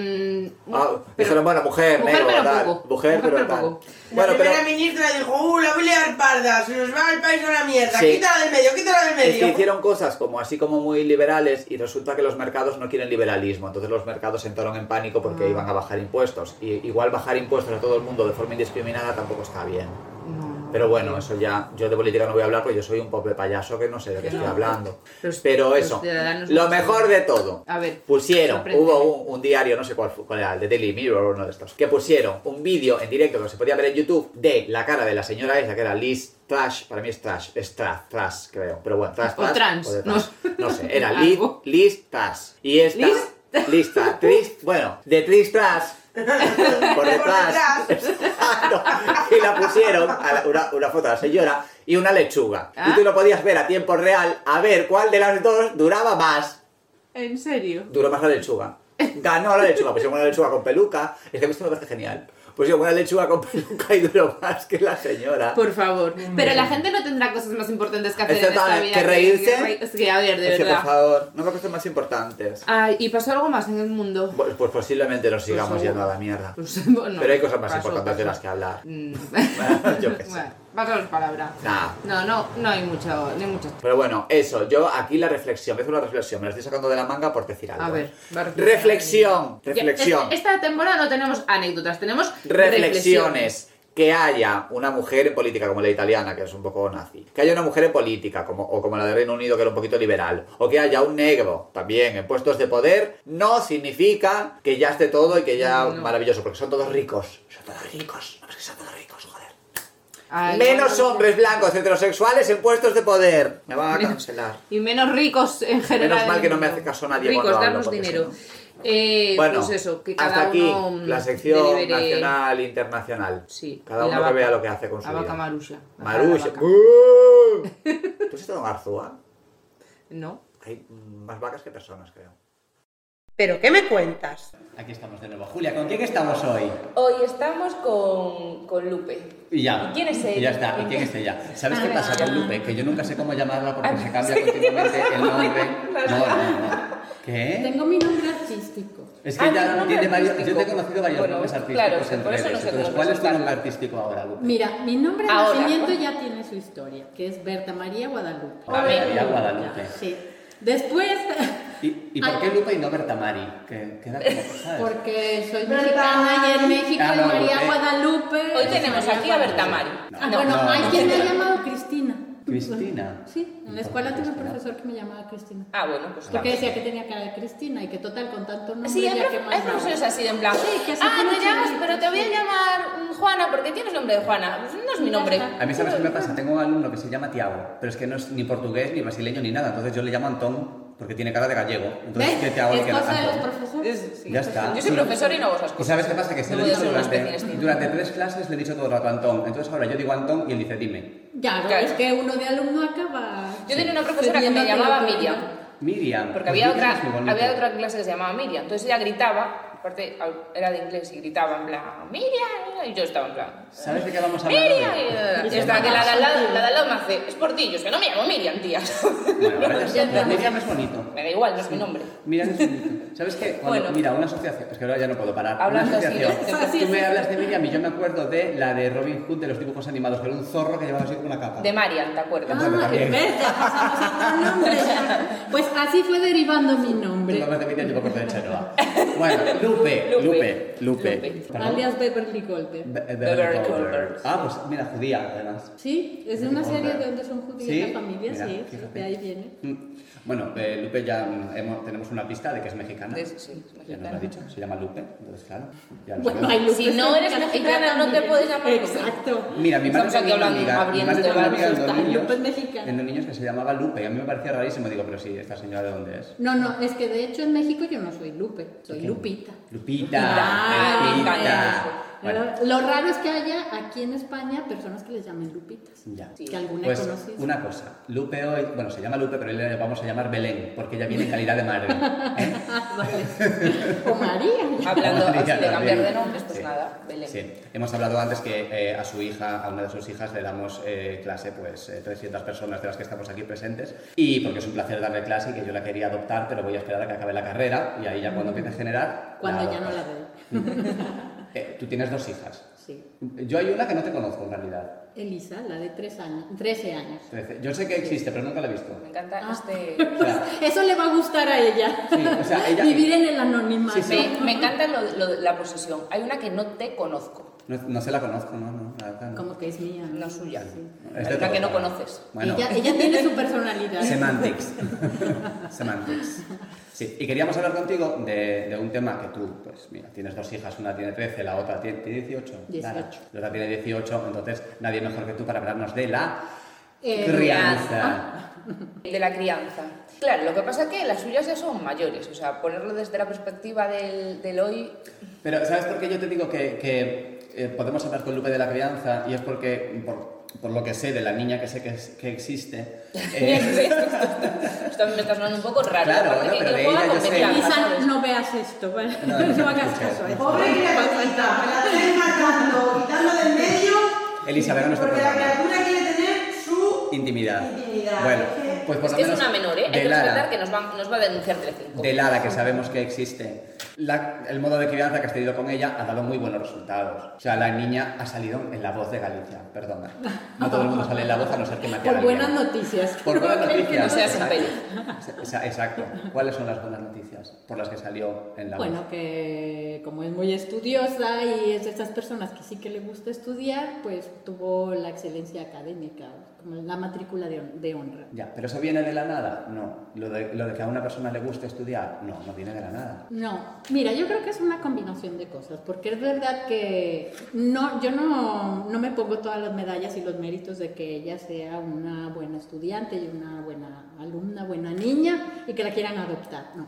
S2: mm,
S1: Ah, dijeron, bueno, mujer,
S2: mujer,
S1: negro,
S2: pero
S1: tal.
S2: poco.
S1: Mujer,
S2: Mujer,
S1: pero,
S2: pero
S1: tal.
S2: poco.
S1: Bueno,
S4: la
S1: pero
S4: primera ministra dijo, uh, la voy a liar parda, se nos va el país a la mierda,
S1: Sí.
S4: quítala del medio, quítala del
S1: es que
S4: medio.
S1: hicieron cosas como así como muy liberales y resulta que los mercados no quieren liberalismo. Entonces los mercados entraron en pánico porque iban a bajar impuestos. Y igual bajar impuestos a todo el mundo de forma indiscriminada tampoco está bien.
S2: No, no,
S1: Pero bueno, eso ya, yo de política no voy a hablar porque yo soy un pobre payaso que no sé de qué estoy hablando.
S2: Los-
S1: Pero
S2: los
S1: eso,
S2: ciudadanos
S1: lo
S2: no
S1: mejor de todo.
S2: A ver,
S1: Pusieron,
S2: sorprende.
S1: hubo un, un diario, no sé cuál, fue- cuál era, el de Daily Mirror o uno de estos, que pusieron un vídeo en directo que se podía ver en YouTube de la cara de la señora esa, que era Liz Trash, para mí es Trash, es Trash, Trash, creo, pero bueno, Trash,
S2: O
S1: Trash,
S2: trans,
S1: de Trash. no sé, era Liz,
S2: Algo.
S1: Liz Trash, y esta,
S2: Liz-
S1: Liz Trash, Tris- bueno, de Tris Trash, por detrás, Exacto. y la pusieron, a la- una, una foto de la señora y una lechuga, y
S2: Ah.
S1: tú lo podías ver a tiempo real, a ver cuál de las dos duraba más,
S2: en serio.
S1: duró más la lechuga. Ganó la lechuga, pusieron una lechuga con peluca. Es que a mí esto me parece genial. Pusieron una lechuga con peluca y duró más que la señora.
S2: Por favor. Pero la gente no tendrá cosas más importantes que hacer en
S1: Excepto
S2: esta
S1: que
S2: vida.
S1: reírse.
S2: reír- Es que, a ver, de
S1: es que, por
S2: verdad. Ah.
S1: favor, no me cosas más importantes.
S2: Ay, y pasó algo más en el mundo.
S1: Pues, pues posiblemente nos sigamos
S2: seguro.
S1: yendo a la mierda.
S2: Pues, bueno,
S1: Pero hay cosas más
S2: pasó,
S1: importantes de
S2: pasó.
S1: las que hablar.
S2: Mm.
S1: yo qué sé.
S2: Bueno, pasamos palabra.
S1: Nah.
S2: No, no, no hay mucho, ni mucho.
S1: Pero bueno, eso, yo aquí la reflexión, voy a hacer una reflexión, me la estoy sacando de la manga por decir algo. ¿eh?
S2: A ver, va a reflexionar.
S1: Reflexión,
S2: Ya,
S1: reflexión.
S2: es- Esta temporada no tenemos anécdotas, tenemos
S1: reflexiones. Que haya una mujer en política como la italiana, que es un poco nazi. Que haya una mujer en política, como, o como la de Reino Unido, que era un poquito liberal. O que haya un negro también en puestos de poder, no significa que ya esté todo y que ya
S2: No.
S1: maravilloso, porque son todos ricos. Son todos ricos. No, es que son todos ricos, joder.
S2: Ay,
S1: Menos
S2: bueno,
S1: hombres blancos heterosexuales en puestos de poder. Me van a
S2: Menos-
S1: cancelar.
S2: Y menos ricos en general.
S1: Menos mal que no
S2: del
S1: me
S2: mundo.
S1: hace caso nadie
S2: Ricos,
S1: cuando hablo,
S2: darnos
S1: porque
S2: dinero.
S1: si
S2: Eh,
S1: Bueno,
S2: pues eso, que cada
S1: hasta aquí
S2: uno
S1: la sección
S2: delibere-
S1: nacional e internacional.
S2: Sí,
S1: Cada
S2: y
S1: uno
S2: la
S1: que
S2: vaca.
S1: vea lo que hace con su
S2: La vaca
S1: vida.
S2: Marusha. La
S1: Marucha.
S2: vaca.
S7: uh.
S1: ¡Bú! ¿Tú has estado en Arzúa?
S2: No.
S1: Hay más vacas que personas, creo.
S5: ¿Pero qué me cuentas?
S7: Aquí estamos de nuevo. Julia, ¿con quién estamos hoy?
S2: Hoy estamos con, con Lupe.
S7: Y ya.
S2: ¿Quién es él? Ah,
S7: Y ya está. ¿Y quién es ella? ¿Sabes qué pasa con Lupe? Que yo nunca sé cómo llamarla porque se cambia continuamente el nombre. No, no, no. ¿Qué?
S8: Tengo mi nombre artístico.
S7: Es que
S2: Ah, tiene un
S7: ya
S2: nombre
S7: tiene varios. Yo
S2: artístico.
S7: te he conocido varios
S2: Bueno,
S7: nombres
S2: claro,
S7: artísticos
S2: es que
S7: en
S2: por eso no sé
S7: Entonces,
S2: cómo
S7: ¿cuál es tu nombre
S2: presentarlo.
S7: artístico ahora, Lupe?
S8: Mira, mi nombre de
S2: Ahora.
S8: nacimiento ya tiene su historia, que es Berta María Guadalupe.
S7: Berta María Guadalupe.
S8: Sí. Después,
S7: ¿Y, y por
S8: Ay.
S7: qué Lupe y no Bertamari? Que queda como, ¿sabes?
S8: porque soy mexicana y en México
S7: Ah,
S8: es
S7: no,
S8: María
S7: Guadalupe.
S8: Guadalupe.
S2: Hoy tenemos aquí a Berta Mari.
S8: Ah,
S7: No,
S8: bueno,
S7: no,
S8: hay
S7: no,
S8: quien me ha
S7: señora.
S8: llamado Cristina.
S7: Cristina.
S8: Sí, en la escuela tuve un profesor que me llamaba Cristina.
S9: Ah, bueno, pues
S8: Porque decía que tenía cara de Cristina y que total con tanto nombre
S9: Sí, hay
S8: ya que
S9: prof- hay profesores así de en plan.
S8: Sí, que se
S9: ah,
S8: ponen
S9: te llamas,
S8: chiquitos,
S9: pero te voy a
S8: sí.
S9: llamar mm, Juana porque tienes nombre de Juana. Pues no es mi nombre.
S8: Ya está.
S7: A mí, ¿sabes qué me pasa? Tengo un alumno que se llama Tiago, pero es que no es ni portugués, ni brasileño, ni nada. Entonces yo le llamo Antón porque tiene cara de gallego. Entonces, ¿qué te hago?
S8: Es
S7: Que-
S8: cosa de los
S7: Antón.
S8: profesores.
S7: Ya está.
S9: Yo soy
S7: Sí.
S9: profesor y no hago esas
S7: ¿Y
S9: cosas.
S7: sabes qué pasa? Que se
S9: No
S7: lo he
S9: voy a
S7: dicho
S9: ser una
S7: durante,
S9: especialista.
S7: durante tres clases, le he dicho todo el rato Antón. Entonces ahora yo digo Antón y él dice, dime.
S8: Ya, no,
S9: Claro.
S8: es que uno de alumno acaba.
S9: Yo tenía una profesora que me
S8: Cediéndote
S9: llamaba
S8: la
S9: Miriam.
S7: Miriam.
S9: Porque
S7: Pues
S9: había
S7: Miriam
S9: otra,
S7: es muy bonito.
S9: había otra clase que se llamaba Miriam. Entonces ella gritaba, aparte al- era de inglés y gritaba en plan, Miriam. Y yo estaba en plan,
S7: ¿Sabes de qué vamos a hablar?
S9: Miriam.
S7: hoy?
S9: Y estaba que la de al lado, la de al lado me hace, es por ti. Yo es que no me llamo Miriam, tía.
S7: Bueno, ahora ya está. Pero Miriam es bonito.
S9: me da igual, no es mi nombre.
S7: Miriam es bonito. ¿Sabes qué? Cuando,
S9: Bueno.
S7: Mira, una asociación. Es que ahora ya no puedo parar.
S9: Hablando
S7: una
S9: así,
S7: asociación.
S9: ¿no? Sí,
S7: Tú me hablas de Miriam y yo me acuerdo de la de Robin Hood de los dibujos animados, que era un zorro que llevaba así como una capa.
S9: De Marian, ¿te acuerdas?
S8: Ah,
S7: También.
S8: es verdad, pasamos a otro nombre. Pues así fue derivando mi
S7: Tú
S8: nombre.
S7: me hablas de Miriam y yo me acuerdo de Chenoa. Bueno, Lupe, Lupe,
S9: Lupe.
S7: Lupe.
S9: Lupe.
S7: Perdón.
S8: Alias Beverly Goldberg.
S7: Be- eh,
S9: Beverly
S7: Beverly
S9: Goldberg.
S7: Goldberg. Ah, pues mira, judía, además.
S8: Sí, es de una
S7: Goldberg.
S8: serie de donde son judíos
S7: Sí,
S8: la familia,
S7: mira,
S8: sí,
S7: fíjate.
S8: de ahí viene.
S7: Mm. Bueno, eh, Lupe ya mm, hemos- tenemos una pista de que es mexicana.
S9: De- sí, es
S7: Ya nos lo
S9: mexicana.
S7: ha dicho, se llama Lupe, entonces claro. ya lo
S8: Bueno,
S7: sabemos.
S8: hay Lupe
S9: Si no eres
S8: mexicana,
S9: mexicana, no te
S8: también.
S9: puedes llamar Lupe.
S8: Exacto.
S7: Mira, mi madre
S9: Estamos
S7: tenía
S9: aquí
S7: una
S9: hablando,
S7: amiga, mi
S9: abriendo
S7: madre tenía una
S9: debates,
S7: amiga en dos
S8: está,
S7: niños,
S8: Lupe es mexicana.
S7: en dos niños que se llamaba Lupe, y a mí me parecía rarísimo, digo, pero sí, esta señora de dónde es.
S8: No, no, es que de hecho en México yo no soy Lupe, soy
S7: ¿Quién?
S8: Lupita.
S7: Lupita,
S8: Ah,
S7: Lupita.
S9: Lupita.
S7: Bueno,
S8: Lo raro es que haya aquí en España personas que les llamen Lupitas.
S7: ya.
S8: Que alguna he
S7: Pues
S8: conocido.
S7: una cosa, Lupe hoy, bueno, se llama Lupe, pero hoy le vamos a llamar Belén, porque ella viene en calidad de madre. ¿eh?
S8: Ah, vale. O María.
S9: Hablando así
S7: María
S9: de cambiar de
S7: también.
S9: nombres, pues
S7: Sí.
S9: nada, Belén.
S7: Sí, hemos hablado antes que eh, a su hija, a una de sus hijas, le damos eh, clase, pues eh, 300 personas de las que estamos aquí presentes, y porque es un placer darle clase y que yo la quería adoptar, pero voy a esperar a que acabe la carrera, y ahí ya cuando empiece a
S1: Ah,
S7: generar...
S8: Mm. Cuando
S7: la
S8: ya no la
S7: adoptas.
S8: veo.
S7: Eh, tú tienes dos hijas.
S8: Sí.
S7: Yo hay una que no te conozco en realidad.
S8: Elisa, la de tres años, 13 años.
S1: Trece. Yo sé que existe, pero nunca la he visto.
S2: Me encanta
S8: Ah.
S2: este...
S8: Eso le va a gustar a ella.
S1: Sí, o sea, ella-
S8: Vivir en el
S1: Sí,
S8: anonimato.
S1: sí.
S2: Me, me encanta lo, lo- la posesión. Hay una que no te conozco,
S1: No, no se la conozco, no, no, la verdad no.
S8: Como que es mía.
S2: no suya.
S8: Sí.
S1: Es
S2: Hay
S1: de
S2: una que
S1: todo.
S2: no conoces.
S1: Bueno,
S8: Ella, ella tiene su personalidad.
S1: semantics. semantics. Sí, y queríamos hablar contigo de, de un tema que tú, pues mira, tienes dos hijas, una tiene 13, la otra tiene tiene 18. Lara.
S8: 18.
S1: La otra tiene 18, entonces nadie mejor que tú para hablarnos de la
S8: Eh,
S1: crianza.
S2: de la crianza. Claro, lo que pasa es que las suyas ya son mayores, o sea, ponerlo desde la perspectiva del, del hoy,
S1: Pero ¿sabes por qué yo te digo que, que, eh, podemos hablar con Lupe de la crianza? Y es porque, por, por lo que sé de la niña que sé que, es- que existe, eh,
S2: esto a mí me está sonando un poco raro.
S1: Claro,
S2: aparte
S1: no,
S2: que-
S1: pero
S2: que
S1: de
S2: juega
S1: ella
S2: con
S1: yo sé.
S2: crianza,
S8: Elisa,
S2: ¿sabes?
S8: no veas esto, ¿vale?
S1: No,
S8: No,
S1: no, no,
S8: hagas
S1: escucha,
S8: caso. a eso.
S4: Pobre criaturita, me la estáis matando, quitando del medio.
S1: Elisa, venga a nuestro
S4: Porque la
S1: programa.
S4: criatura quiere tener su.
S1: intimidad.
S4: Intimidad.
S1: Bueno, pues por
S2: Es
S1: lo
S2: que es
S1: menos
S2: una menor, ¿eh? Hay
S1: De
S2: que respetar
S1: Lara,
S2: que nos va, nos va a denunciar Telecinco.
S1: de Lara, que sabemos que existe. la- el modo de crianza que has tenido con ella ha dado muy buenos resultados. O sea, la niña ha salido en la voz de Galicia, perdona. No todo el mundo sale en la voz a no ser que Matías
S8: Por buenas
S1: Galiano.
S8: noticias.
S1: Por buenas noticias.
S2: no seas un peli.
S1: Esa- esa- Exacto. ¿Cuáles son las buenas noticias por las que salió en la voz?
S8: Bueno, que como es muy estudiosa y es de estas personas que sí que le gusta estudiar, pues tuvo la excelencia académica, como la matrícula de, hon- de honra.
S1: Ya, pero eso viene de la nada. No. Lo de, lo de que a una persona le guste estudiar, no, no viene de la nada.
S8: No, mira, yo creo que es una combinación de cosas, porque es verdad que no, yo no, no me pongo todas las medallas y los méritos de que ella sea una buena estudiante y una buena alumna, buena niña y que la quieran adoptar, no.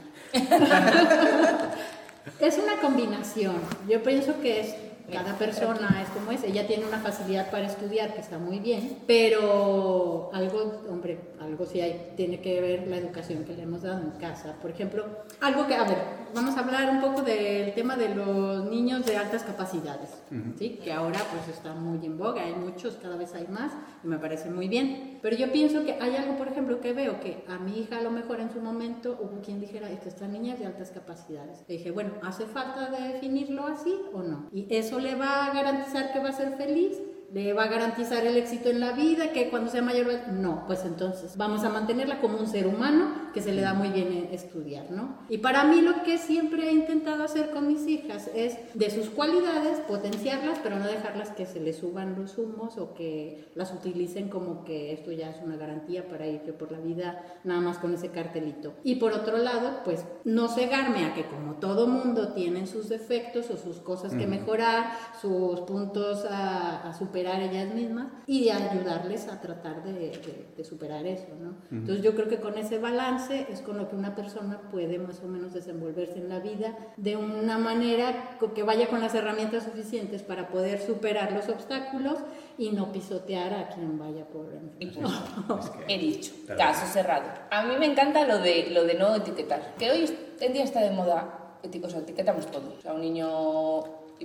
S8: es una combinación. Yo pienso que es cada persona es como es. Ella tiene una facilidad para estudiar que está muy bien, pero algo, hombre, algo sí hay, tiene que ver la educación que le hemos dado en casa. Por ejemplo, algo que, a ver, vamos a hablar un poco del tema de los niños de altas capacidades, ¿sí? que ahora pues está muy en boga, hay muchos, cada vez hay más, y me parece muy bien. Pero yo pienso que hay algo, por ejemplo, que veo que a mi hija a lo mejor en su momento hubo quien dijera, es que esta niña es de altas capacidades. Le dije, bueno, ¿hace falta definirlo así o no? Y eso le va a garantizar que va a ser feliz. ¿Le va a garantizar el éxito en la vida? ¿Que cuando sea mayor? va- No, pues entonces vamos a mantenerla como un ser humano que se le da muy bien estudiar, ¿no? Y para mí lo que siempre he intentado hacer con mis hijas es de sus cualidades potenciarlas, pero no dejarlas que se les suban los humos o que las utilicen como que esto ya es una garantía para ir yo por la vida nada más con ese cartelito. Y por otro lado, pues no cegarme a que como todo mundo tienen sus defectos o sus cosas que mejorar, sus puntos a, a superar ellas mismas y de ayudarles a tratar de, de- de superar eso, ¿no? Entonces yo creo que con ese balance es con lo que una persona puede más o menos desenvolverse en la vida de una manera co- que vaya con las herramientas suficientes para poder superar los obstáculos y no pisotear a quien vaya por enfrente.
S1: Es que-
S2: He dicho,
S1: Claro.
S2: caso cerrado. A mí me encanta lo de, lo de no etiquetar, que hoy en día está de moda, eti- o sea, etiquetamos todo. O sea, un niño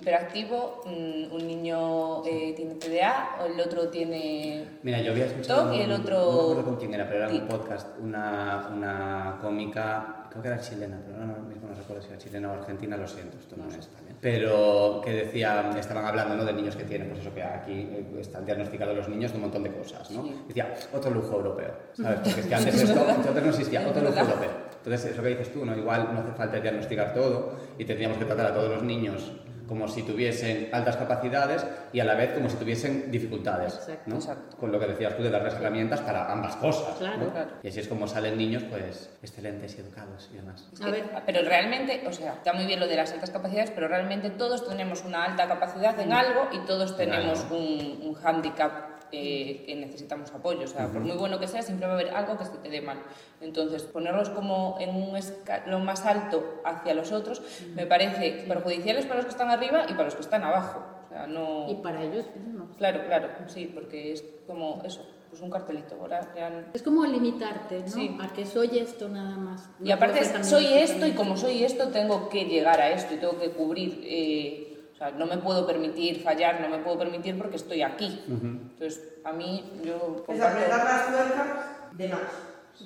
S2: hiperactivo, mm, un niño eh, tiene TDA, o el otro tiene...
S1: Mira, yo había escuchado.
S2: Toc y el
S1: un-
S2: otro-
S1: No me acuerdo con quién era, pero era
S2: Tic.
S1: un podcast, una, una cómica, creo que era chilena, pero ahora mismo no recuerdo si era chilena o argentina, lo siento, esto no, es también. Pero que decía, estaban hablando ¿no? de niños que tienen, pues eso que aquí eh, están diagnosticados los niños de un montón de cosas, ¿no? Decía, otro lujo europeo, ¿sabes? Porque es que antes esto, entonces no existía, otro lujo europeo. Entonces, eso que dices tú, ¿no? Igual no hace falta diagnosticar todo y tendríamos que tratar a todos los niños como si tuviesen altas capacidades y a la vez como si tuviesen dificultades,
S8: Exacto.
S1: ¿no?
S2: Exacto.
S1: con lo que decías tú de darles herramientas para ambas cosas.
S8: Claro,
S1: ¿no?
S2: claro.
S1: Y así es como salen niños, pues, excelentes y educados y demás.
S8: A ver.
S2: Pero realmente, o sea, está muy bien lo de las altas capacidades, pero realmente todos tenemos una alta capacidad en algo y todos tenemos
S1: algo.
S2: un, un hándicap eh, que necesitamos apoyo. O sea, por muy bueno que sea, siempre va a haber algo que se te dé mal. Entonces, ponerlos como en un escalón más alto hacia los otros me parece perjudiciales para los que están arriba y para los que están abajo. O sea, no...
S8: Y para ellos mismos.
S2: Claro, claro, sí, porque es como eso, pues un cartelito. Ahora ya
S8: Es como limitarte, ¿no?
S2: Sí.
S8: A que soy esto nada más.
S2: Y
S8: No
S2: aparte,
S8: puedo ser también
S2: soy
S8: esto
S2: esto y
S8: también.
S2: como soy esto, tengo que llegar a esto y tengo que cubrir. eh, o sea, no me puedo permitir fallar, no me puedo permitir porque estoy aquí. Entonces, a mí, yo.
S4: Pues
S2: comparto-
S4: apretar las tuercas de más.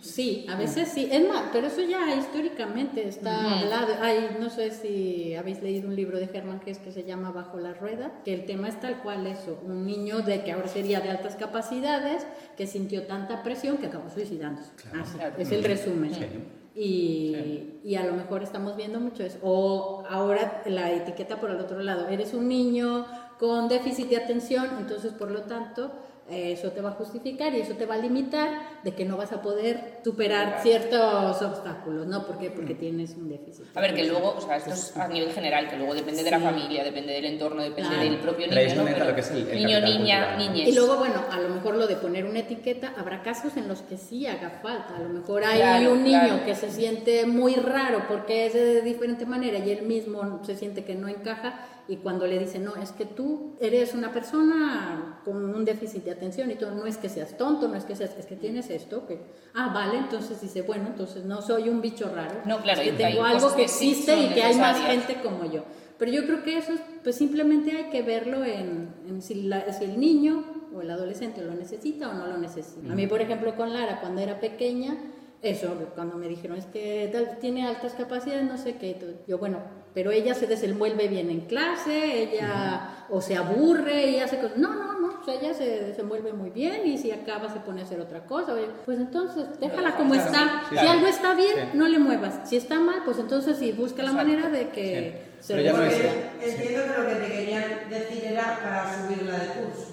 S8: Sí, a veces sí. Es más, pero eso ya históricamente está
S10: Ujú.
S8: hablado. Ay, no sé si habéis leído un libro de Germán Gess que se llama Bajo la Rueda, que el tema es tal cual eso. Un niño de que ahora sería de altas capacidades, que sintió tanta presión que acabó suicidándose. Así,
S10: Claro.
S8: Es el resumen.
S7: Sí.
S8: Y, y a lo mejor estamos viendo mucho eso. O ahora la etiqueta por el otro lado. Eres un niño con déficit de atención, entonces por lo tanto eh, eso te va a justificar y eso te va a limitar de que no vas a poder superar ciertos obstáculos, ¿no? ¿Por qué? Porque tienes un déficit.
S10: A ver, que luego, o sea, esto es a nivel general, que luego depende de la
S8: Sí.
S10: familia, depende del entorno, depende
S8: Claro.
S10: del propio
S7: Pero
S10: niño,
S7: ahí es
S10: ¿no?
S7: donde entra
S10: Pero
S7: lo que es el- el
S10: niño,
S7: capital
S10: niña,
S7: cultural, ¿no?
S10: niñez.
S8: Y luego, bueno, a lo mejor lo de poner una etiqueta, habrá casos en los que sí haga falta. A lo mejor hay
S10: Claro,
S8: un niño
S10: claro.
S8: que se siente muy raro porque es de diferente manera y él mismo se siente que no encaja y cuando le dicen, no, es que tú eres una persona con un déficit de atención y todo, no es que seas tonto, no es que seas, es que tienes esto, que, ah, vale, entonces dice, bueno, entonces no soy un bicho raro,
S10: No, claro,
S8: es que
S10: y hay
S8: tengo algo
S10: cosas
S8: que
S10: que sí
S8: existe
S10: son
S8: y que hay más
S10: necesarias.
S8: gente como yo. Pero yo creo que eso, es- pues simplemente hay que verlo en, en si, la- si el niño o el adolescente lo necesita o no lo necesita. A mí, por ejemplo, con Lara, cuando era pequeña, eso, cuando me dijeron, es que tal- tiene altas capacidades, no sé qué, y todo. yo, bueno, pero ella se desenvuelve bien en clase, ella o se aburre, ella hace cosas, no, no, no, o sea, ella se desenvuelve muy bien y si acaba se pone a hacer otra cosa, oye, pues entonces déjala como
S7: claro,
S8: está,
S7: sí,
S8: si
S7: claro.
S8: algo está bien,
S7: Sí.
S8: no le muevas, si está mal, pues entonces sí, busca la
S10: Exacto.
S8: manera de que
S7: Sí.
S8: se
S7: Pero ya no
S8: vuelva-
S7: es-
S8: sí.
S7: Sí.
S4: Entiendo que lo que te querían decir era para subirla de curso.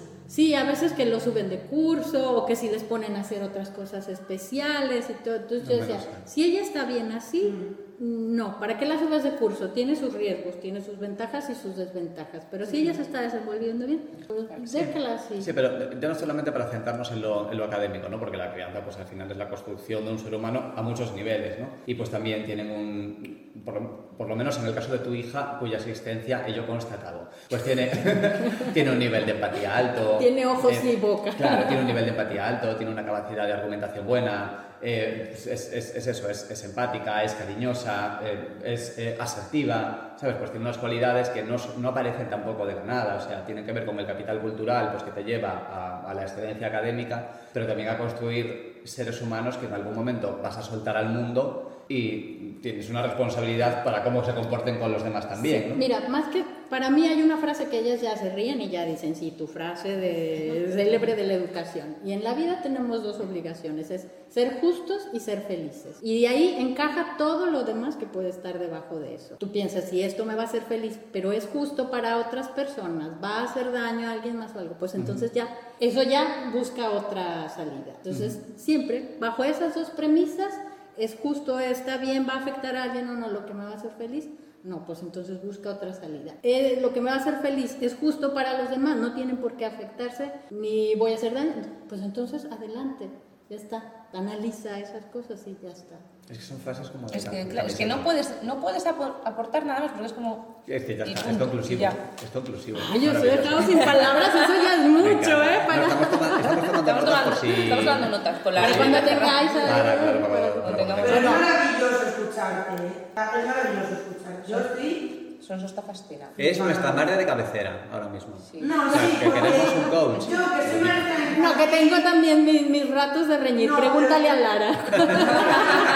S8: a veces que lo suben de curso o que si les ponen a hacer otras cosas especiales y todo. Entonces yo
S7: No me
S8: decía,
S7: gusta.
S8: si ella está bien así, no, ¿para qué la subes de curso? Tiene sus riesgos, tiene sus ventajas y sus desventajas, pero si ella se está desenvolviendo bien, pues déjala así.
S7: Sí, pero eh, ya no solamente para centrarnos en lo, en lo académico, ¿no? Porque la crianza, pues al final es la construcción de un ser humano a muchos niveles, ¿no? Y pues también tienen un, por, lo- por lo menos en el caso de tu hija, cuya existencia he yo constatado, pues tiene, tiene un nivel de empatía alto. Eh,
S8: Tiene ojos y boca.
S7: Claro, tiene un nivel de empatía alto, tiene una capacidad de argumentación buena, eh, es, es- es eso, es, es empática, es cariñosa, eh, es eh, asertiva, ¿sabes? Pues tiene unas cualidades que no, s- no aparecen tampoco de la nada, o sea, tienen que ver con el capital cultural, pues que te lleva a, a la excelencia académica, pero también a construir seres humanos que en algún momento vas a soltar al mundo y tienes una responsabilidad para cómo se comporten con los demás también, ¿no?
S8: Mira, más que para mí hay una frase que ellas ya se ríen y ya dicen, sí, tu frase de célebre de la educación. Y en la vida tenemos dos obligaciones, es ser justos y ser felices. Y de ahí encaja todo lo demás que puede estar debajo de eso. Tú piensas, si esto me va a hacer feliz, pero es justo para otras personas, va a hacer daño a alguien más o algo, pues entonces ya, eso ya busca otra salida. Entonces, siempre, bajo esas dos premisas, es justo, está bien, va a afectar a alguien o no lo que me va a hacer feliz. No, pues entonces busca otra salida. Eh, lo que me va a hacer feliz es justo para los demás, no tienen por qué afectarse, ni voy a hacer daño. Pues entonces adelante, ya está. Analiza esas cosas y ya está.
S7: Es que son frases como... de
S10: Es que,
S7: cam-
S10: claro, es que
S7: camiseta.
S10: no puedes, no puedes apo- aportar nada más porque es como.
S7: Es que ya
S10: y
S7: está, es
S10: punto, y
S7: conclusivo.
S10: ya.
S7: Es conclusivo.
S8: Ay, yo os he
S7: Maravilloso.
S8: dejado sin palabras, eso ya es
S7: Me
S8: mucho,
S7: encanta.
S8: ¿eh?
S7: No,
S8: Para,
S7: estamos, toma- estamos tomando
S10: Estamos
S7: notas
S10: tomando,
S7: por si...
S10: estamos tomando notas con la.
S8: para cuando tengáis.
S7: Para, claro, para- para-
S10: Cuando
S7: para-
S10: tengamos-
S4: Pero es
S10: no.
S4: maravilloso escucharte, ¿eh? Es maravilloso escuchar. Yo estoy...
S10: Son eso está fascinante.
S7: Es nuestra madre de cabecera ahora mismo.
S4: No,
S7: O sea,
S4: sí,
S7: que
S4: porque
S7: queremos un coach.
S4: Yo, que soy una
S8: No, que tengo también mis, mis ratos de reñir.
S4: No,
S8: Pregúntale
S4: pero-
S8: a Lara.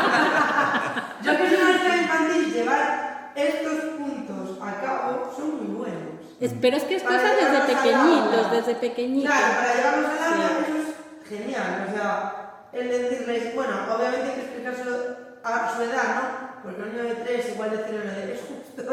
S4: Yo que soy maestra infantil, llevar estos puntos a cabo son muy buenos.
S8: Es- Pero es que es
S4: Para
S8: cosa desde
S4: llevarlos al aula.
S8: pequeñitos, desde pequeñitos.
S4: Claro, para llevarlos al aula eso es genial. O sea, el decirles, bueno, obviamente hay que explicárselo a su edad, ¿no? Porque un niño de tres igual decirle una de es justo.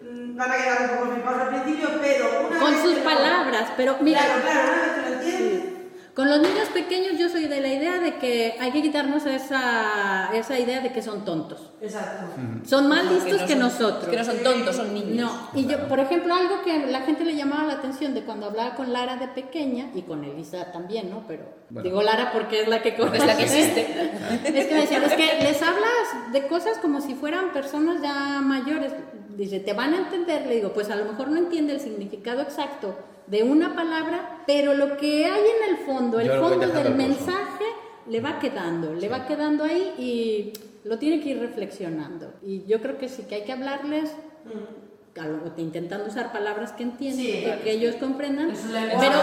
S4: Mm, Van a quedar un poco flipados al principio, pero una
S8: Con
S4: vez
S8: sus
S4: que lo-
S8: palabras, pero mira,
S4: Claro, claro, una vez que lo entiendes.
S8: Con los niños pequeños yo soy de la idea de que hay que quitarnos esa, esa idea de que son tontos.
S4: Exacto.
S8: Son más listos
S10: no
S8: que
S10: son-
S8: nosotros.
S10: Que no son tontos, son niños.
S8: No, y yo, por ejemplo, algo que la gente le llamaba la atención de cuando hablaba con Lara de pequeña y con Elisa también, ¿no? Pero
S7: Bueno.
S8: digo Lara porque es la que conoce.
S10: Es la que existe.
S8: Es que me decían, es que les hablas de cosas como si fueran personas ya mayores. Dice, ¿te van a entender? Le digo, pues a lo mejor no entiende el significado exacto de una palabra, pero lo que hay en el fondo, el
S7: Yo lo voy
S8: fondo
S7: dejando
S8: del
S7: al curso.
S8: mensaje, le va quedando, le va quedando ahí y lo tiene que ir reflexionando. Y yo creo que sí que hay que hablarles algo- intentando usar palabras que entienden,
S11: Sí,
S8: que,
S11: claro.
S8: que ellos comprendan,
S11: Es un lenguaje.
S8: pero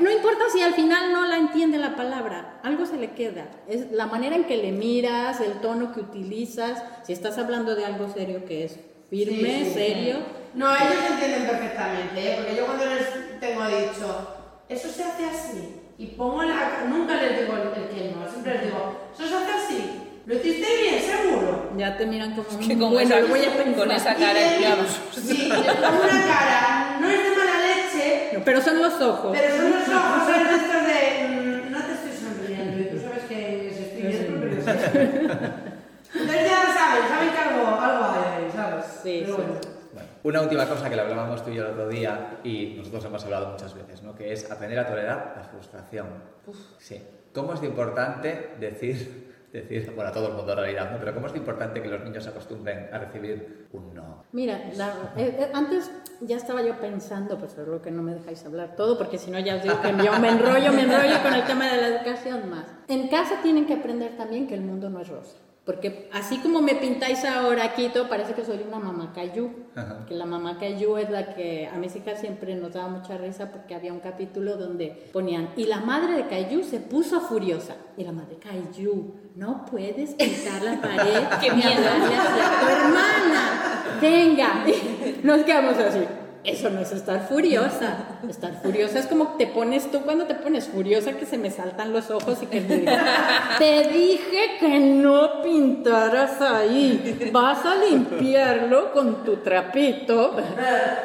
S8: no importa si al final no la entiende la palabra, algo se le queda. Es la manera en que le miras, el tono que utilizas, si estás hablando de algo serio que es firme,
S4: Sí, sí, sí.
S8: serio.
S4: No, ellos entienden perfectamente, ¿eh? porque yo cuando les tengo dicho, eso se hace así, y pongo la. Nunca les digo el, el que no, siempre les digo, eso se hace así, lo hiciste bien, seguro.
S8: Ya te miran como
S10: Que
S8: "Mm,
S10: con
S8: bueno,
S10: esa-
S8: lo voy a pensar".
S10: con esa
S4: Y
S10: cara,
S4: te-
S10: digamos.
S4: Sí, con una cara, no es de mala leche,
S8: No, pero son los ojos.
S4: pero son los ojos, son de estos de. mm, No te estoy sonriendo, y tú sabes que les estoy viendo, pero Entonces ya lo saben, saben que algo, algo hay ahí, ¿sabes?
S8: Sí,
S4: pero
S8: sí.
S4: bueno.
S7: Bueno, una última cosa que la hablábamos tú y yo el otro día y nosotros hemos hablado muchas veces, ¿no? Que es aprender a tolerar la frustración. Sí. ¿Cómo es de importante decir, decir, bueno, a todo el mundo en realidad, ¿no? Pero ¿cómo es de importante que los niños se acostumbren a recibir un no?
S8: Mira, la- eh, eh, antes ya estaba yo pensando, pues es lo que no me dejáis hablar todo, porque si no ya os digo que yo me enrollo, me enrollo con el tema de la educación más. En casa tienen que aprender también que el mundo no es rosa. Porque así como me pintáis ahora aquí todo, parece que soy una mamá cayú.
S7: Ajá.
S8: Que la mamá cayú es la que a mis hijas siempre nos daba mucha risa porque había un capítulo donde ponían, y la madre de cayú se puso furiosa. Y la madre, cayú, no puedes pintar la pared.
S10: Qué
S8: ni
S10: miedo.
S8: hablarle hacia tu hermana. Venga, Y nos quedamos así. Eso no es estar furiosa. Estar furiosa es como te pones tú cuando te pones furiosa que se me saltan los ojos y que me digas, te dije que no pintaras ahí. Vas a limpiarlo con tu trapito.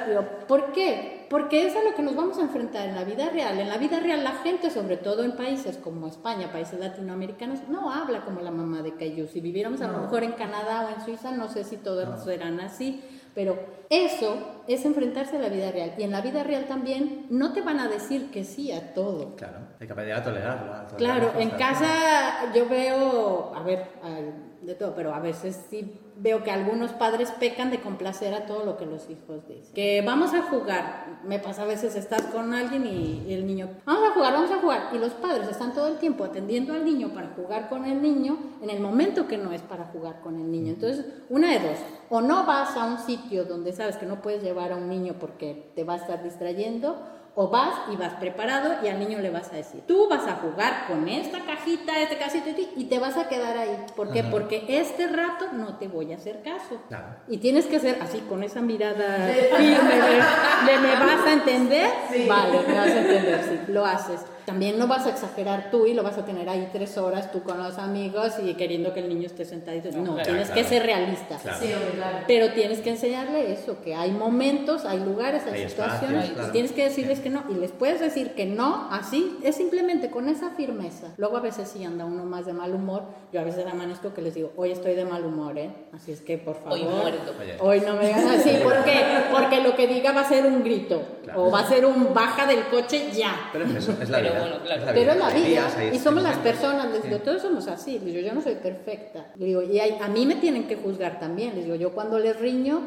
S8: Digo, ¿Por qué? Porque es a lo que nos vamos a enfrentar en la vida real. En la vida real la gente, sobre todo en países como España, países latinoamericanos, no habla como la mamá de Cayu. Si viviéramos a lo mejor en Canadá o en Suiza, no sé si todos serán así. Pero eso es enfrentarse a la vida real. Y en la vida real también no te van a decir que sí a todo.
S7: Claro, hay que aprender a tolerarlo. a tolerar
S8: Claro,
S7: la
S8: en
S7: frustración.
S8: casa yo veo, a ver, al- de todo, pero a veces sí veo que algunos padres pecan de complacer a todo lo que los hijos dicen. Que vamos a jugar, me pasa a veces estás con alguien y, y el niño, vamos a jugar, vamos a jugar, y los padres están todo el tiempo atendiendo al niño para jugar con el niño en el momento que no es para jugar con el niño. Entonces, una de dos, o no vas a un sitio donde sabes que no puedes llevar a un niño porque te va a estar distrayendo, o vas y vas preparado y al niño le vas a decir, tú vas a jugar con esta cajita, este casito y ti- y te vas a quedar ahí. ¿Por qué?
S7: Ajá.
S8: Porque este rato no te voy a hacer caso.
S7: Claro.
S8: Y tienes que hacer así, con esa mirada firme de, de, me vas a entender. Vale, me vas a entender, sí, lo haces. También no vas a exagerar tú y lo vas a tener ahí tres horas tú con los amigos y queriendo que el niño esté sentadito. No,
S10: claro,
S8: tienes
S7: claro.
S8: que ser realista.
S7: Claro.
S4: Sí, hombre, claro.
S8: Pero tienes que enseñarle eso, que hay momentos, hay lugares, hay,
S7: Hay
S8: situaciones.
S7: espacios, claro.
S8: Tienes que decirles que no. Y les puedes decir que no, así, es simplemente con esa firmeza. Luego a veces sí anda uno más de mal humor. Yo a veces amanezco que les digo, hoy estoy de mal humor, ¿eh? Así es que, por favor.
S10: Hoy muerto.
S7: Oye,
S8: Hoy no me digas así, ¿por qué? Porque lo que diga va a ser un grito.
S7: Claro.
S8: O va a ser un baja del coche ya.
S7: Pero es eso, es la
S10: Pero
S7: vida.
S10: bueno, claro.
S8: Pero es la
S7: Hay
S8: vida,
S7: días, hay
S8: y somos las
S7: momentos.
S8: personas, les
S7: Sí.
S8: digo, todos somos así, les digo, yo no soy perfecta, les digo, y hay- a mí me tienen que juzgar también, les digo, yo cuando les riño,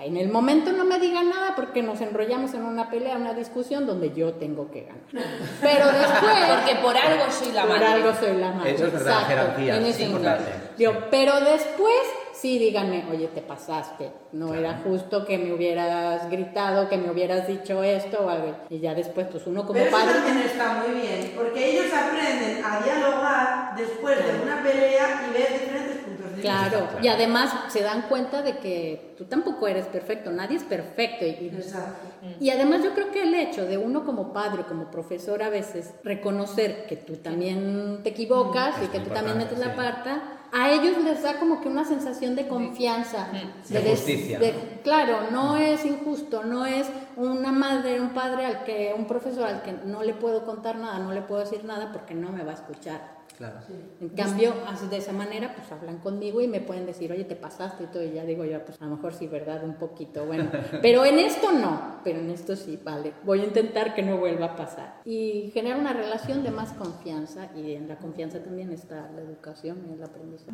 S8: en el momento no me digan nada porque nos enrollamos en una pelea, una discusión donde yo tengo que ganar. Pero después,
S10: Porque por algo soy la
S8: por
S10: madre.
S8: algo soy la madre.
S7: Eso es verdad,
S8: exacto,
S7: jerarquía,
S8: en
S7: sí,
S8: ese
S7: importante.
S8: momento. Digo,
S7: Sí.
S8: pero después sí díganme, oye, te pasaste, no era justo que me hubieras gritado, que me hubieras dicho esto o algo. Y ya después, pues uno como
S4: Pero eso
S8: padre...
S4: también está muy bien, porque ellos aprenden a dialogar después de una pelea y ver diferentes puntos de vista.
S8: Claro, y además se dan cuenta de que tú tampoco eres perfecto, nadie es perfecto. Y, y-
S4: Exacto.
S8: y además yo creo que el hecho de uno como padre, como profesor a veces, reconocer que tú también te equivocas y
S7: Es
S8: que
S7: muy
S8: tú también
S7: importante,
S8: metes la
S7: sí.
S8: pata, a ellos les da como que una sensación de confianza.
S7: De
S8: des-
S7: justicia,
S8: de-
S7: ¿no?
S8: claro, no es injusto, no es una madre, un padre al que, un profesor al que no le puedo contar nada, no le puedo decir nada porque no me va a escuchar.
S7: Claro.
S8: En cambio, así de esa manera, pues hablan conmigo y me pueden decir, oye, te pasaste y todo, y ya digo yo, pues a lo mejor sí, ¿verdad? Un poquito, bueno. Pero en esto no, pero en esto sí, vale, voy a intentar que no vuelva a pasar. Y genera una relación de más confianza, y en la confianza también está la educación y el aprendizaje.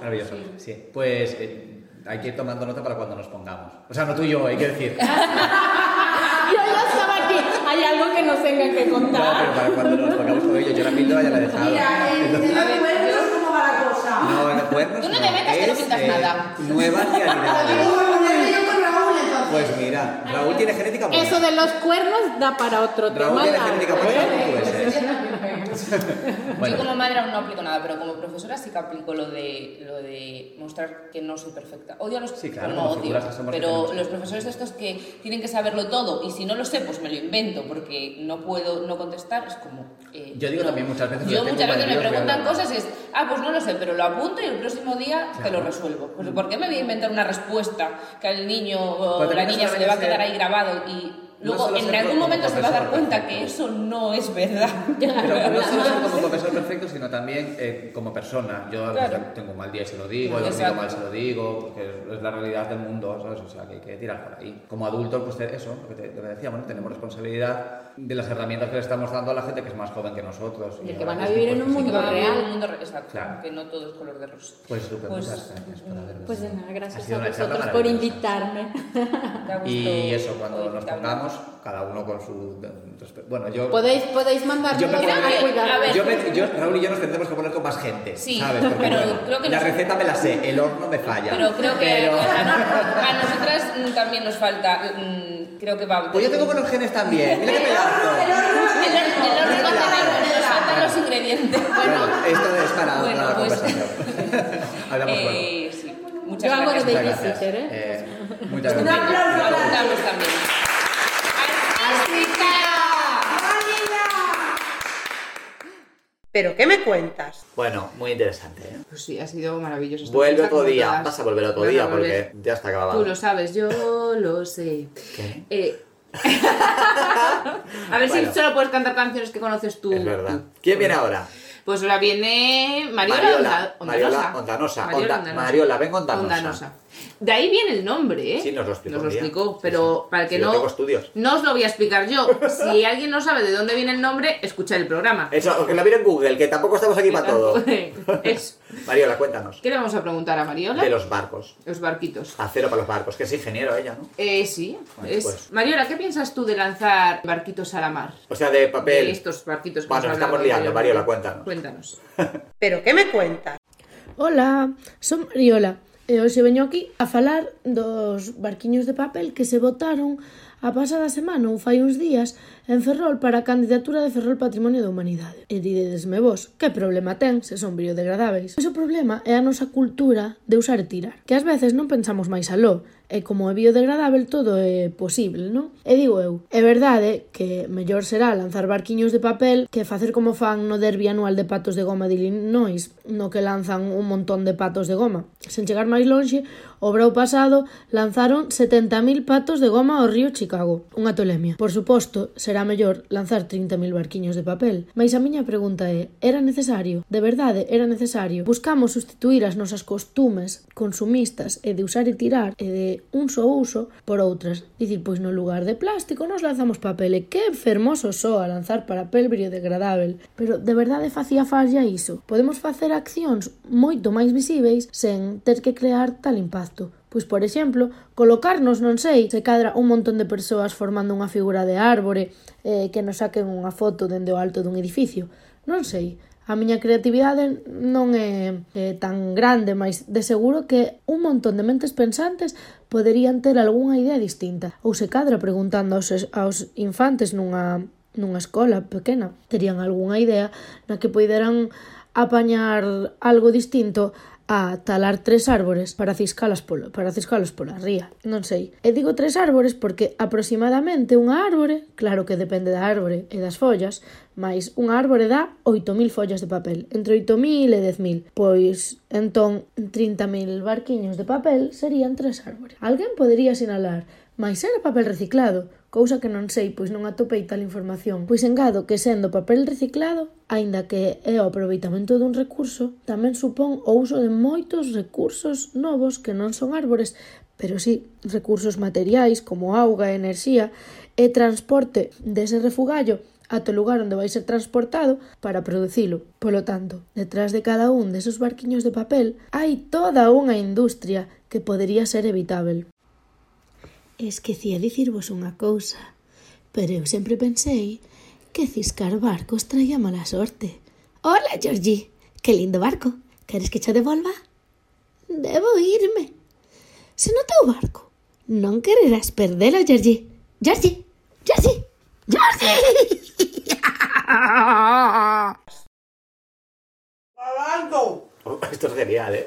S7: Maravilloso. Sí. Pues eh, hay que ir tomando nota para cuando nos pongamos. O sea, no tú y yo, hay que decir. Ah.
S8: Yo ya estaba aquí, hay algo que nos tengan que
S7: No, pero
S8: contar.
S7: para cuando nos pongamos todo ello, yo la píldora ya la he dejado.
S4: Mira, en el tema de cuernos, ¿cómo va la cosa?
S7: No, en cuernos
S10: Tú no te metas, que no
S7: es,
S10: pintas
S7: eh,
S10: nada.
S7: Nuevas
S4: Yo
S7: realidades.
S4: voy a ponerme yo con Raúl, entonces.
S7: Pues mira, Raúl tiene genética buena.
S8: Eso de los cuernos da para otro
S7: Raúl
S8: tema.
S7: tiene
S8: largo,
S7: genética buena, pues,
S8: ¿eh?
S7: tú eres. Bueno.
S10: Yo como madre aún no aplico nada, pero como profesora sí que aplico lo de, lo de mostrar que no soy perfecta. Odio a los
S7: Sí, claro,
S10: no
S7: como
S10: odio,
S7: figuras que somos
S10: pero
S7: diferentes.
S10: los profesores de estos que tienen que saberlo todo y si no lo sé, pues me lo invento porque no puedo no contestar, es como... eh,
S7: Yo digo
S10: no.
S7: también muchas veces,
S10: Yo
S7: lo tengo
S10: muchas veces me
S7: perdido, voy a
S10: preguntan
S7: hablar.
S10: cosas y es, ah, pues no lo sé, pero lo apunto y el próximo día te lo resuelvo. Pues ¿por qué me voy a inventar una respuesta que al niño o
S7: Pero
S10: la
S7: Pues también
S10: niña
S7: muchas
S10: se le va a
S7: veces
S10: quedar
S7: el-
S10: ahí grabado y...
S7: No
S10: Luego,
S7: solo
S10: en
S7: ser
S10: algún
S7: como
S10: momento se va a dar
S7: profesor,
S10: cuenta que eso no es verdad.
S7: Pero no solo soy como profesor perfecto, sino también eh, como persona. Yo a veces
S10: Claro.
S7: tengo un mal día y se lo digo, yo
S10: Exacto.
S7: tengo mal se lo digo, que es- es la realidad del mundo, ¿sabes? O sea, que hay que tirar por ahí. Como adultos, pues te- eso, lo que, te, lo que decíamos, ¿no? tenemos responsabilidad de las herramientas que le estamos dando a la gente que es más joven que nosotros.
S8: Y que
S7: ahora
S8: van a
S7: mismo,
S8: vivir en
S7: pues,
S8: un
S7: sí que
S8: mundo
S7: van a
S8: real.
S7: vivir-
S10: El mundo re- exacto,
S7: Claro.
S10: que no todo es color de rosa.
S7: Pues súper,
S10: Pues,
S7: muchas gracias por habernos
S8: Pues de nada,
S7: Ha
S8: gracias
S7: sido
S8: a
S7: una charla
S8: vosotros por
S7: maravillosa.
S8: invitarme.
S10: Da gusto
S7: Y eso, cuando
S10: oír
S7: nos
S10: hablar.
S7: pongamos, cada uno con su... respe- Bueno, yo...
S8: Podéis, podéis mandarme
S7: Yo me
S8: a
S10: pondré-
S8: cuidar.
S10: a ver.
S7: Yo me- yo- Raúl y yo nos tendremos que poner con más gente,
S10: Sí,
S7: ¿sabes? Porque,
S10: pero
S7: bueno,
S10: creo que
S7: la
S10: nos-
S7: receta me la sé, el horno me falla.
S10: Pero creo que
S7: Pero-
S10: a, a nosotras mm, también nos falta. mm, creo que va.
S7: Pues yo tengo buenos genes también, mira qué pedazo.
S10: El hor- el horno no tenemos, nos faltan los ingredientes.
S7: Bueno, esto es para
S10: Bueno,
S7: otra
S10: pues-
S7: conversación. Hablamos luego.
S10: Eh, sí. Muchas
S8: Yo hago
S10: gracias.
S8: de
S7: Muchas
S8: babysitter,
S7: gracias.
S8: ¿eh?
S7: Eh, muchas
S4: Un
S7: gracias.
S10: Lo
S4: aplauso para
S10: apuntamos también.
S5: ¿Pero qué me cuentas?
S1: Bueno, muy interesante. ¿eh?
S2: Pues sí, ha sido maravilloso. esta
S1: Vuelve
S2: charla
S1: otro
S2: como
S1: día,
S2: todas.
S1: vas a volver otro
S2: Vas a
S1: día
S2: volver.
S1: porque ya está acabado.
S2: Tú lo sabes, yo lo sé.
S1: ¿Qué?
S2: Eh, a ver
S1: Bueno.
S2: si solo puedes cantar canciones que conoces tú.
S1: Es verdad. ¿Quién viene ahora?
S2: Pues ahora viene Mariola, Onda-
S1: Mariola Ondanosa.
S2: Ondanosa. Mariola
S1: Onda-
S2: Ondanosa.
S1: Mariola, vengo Ondanosa.
S2: Ondanosa. De ahí viene el nombre, ¿eh?
S1: Sí, nos lo explicó
S2: Nos lo
S1: un día.
S2: explicó,
S1: Sí,
S2: pero
S1: sí.
S2: para el que
S1: Sí, yo
S2: no.
S1: tengo estudios.
S2: No os lo voy a explicar yo. Si alguien no sabe de dónde viene el nombre, escuchad el programa.
S1: Eso, que la miren en Google, que tampoco estamos aquí para todo.
S2: Eso.
S1: Mariola, cuéntanos.
S2: ¿Qué le vamos a preguntar a Mariola?
S1: De los barcos.
S2: Los barquitos.
S1: Acero para los barcos, que es ingeniero ella, ¿no?
S2: Eh, sí.
S1: Bueno,
S2: es-
S1: pues.
S2: Mariola, ¿qué piensas tú de lanzar barquitos a la mar?
S1: O sea, de papel.
S2: De estos barquitos que
S1: Bueno, nos
S2: hemos
S1: estamos
S2: hablado
S1: liando,
S2: anteriormente.
S1: Mariola, cuéntanos.
S2: Cuéntanos.
S5: ¿Pero qué me cuentas?
S3: Ola, son Mariola e hoxe veño aquí a falar dos barquiños de papel que se votaron a pasada semana ou fai uns días en Ferrol para a candidatura de Ferrol Patrimonio da Humanidade. E didesme vos, que problema ten se son biodegradáveis? Pois o problema é a nosa cultura de usar e tirar, que ás veces non pensamos máis aló, e como é biodegradável todo é posible, non? E digo eu, é verdade que mellor será lanzar barquiños de papel que facer como fan no derbi anual de patos de goma de Illinois, no que lanzan un montón de patos de goma. Sen chegar máis lonxe, o brau pasado lanzaron 70.000 patos de goma ao río Chicago, unha tolemia. Por suposto, será mellor lanzar 30.000 barquiños de papel. Mais a miña pregunta é, era necesario? De verdade, era necesario? Buscamos sustituir as nosas costumes consumistas e de usar e tirar e de un só uso por outras. Dicir, pois no lugar de plástico nos lanzamos papel e que fermoso soa lanzar papel biodegradável. Pero de verdade facía falla iso. Podemos facer accións moito máis visíveis sen ter que crear tal impacto. Pois, por exemplo, colocarnos, non sei, se cadra un montón de persoas formando unha figura de árbore eh, que nos saquen unha foto dende o alto dun edificio. Non sei, a miña creatividade non é, é tan grande, mas de seguro que un montón de mentes pensantes poderían ter algunha idea distinta. Ou se cadra preguntando aos, es- aos infantes nunha, nunha escola pequena, terían algunha idea na que poideran apañar algo distinto a talar tres árbores para ciscalas polo, para ciscalos pola ría. Non sei. E digo tres árbores porque aproximadamente unha árbore, claro que depende da árbore e das follas, mais unha árbore dá 8.000 follas de papel, entre 8.000 e 10.000. Pois, entón, 30.000 barquiños de papel serían tres árbores. Alguén podería sinalar, mais era papel reciclado, cousa que non sei, pois non atopei tal información. Pois engado que sendo papel reciclado, aínda que é o aproveitamento dun recurso, tamén supón o uso de moitos recursos novos que non son árbores, pero sí recursos materiais como auga, enerxía e transporte dese refugallo ata o lugar onde vai ser transportado para producilo. Polo tanto, detrás de cada un deses barquiños de papel hai toda unha industria que podería ser evitável. Esquecía dicirvos unha cousa, pero eu sempre pensei que ciscar barcos traía mala sorte. Hola, Georgie, que lindo barco. Queres que che devolva? Debo irme. Se nota o barco. Non quererás perdela, Georgie. Georgie, Georgie, Georgie.
S1: Oh, Esto es genial, ¿eh?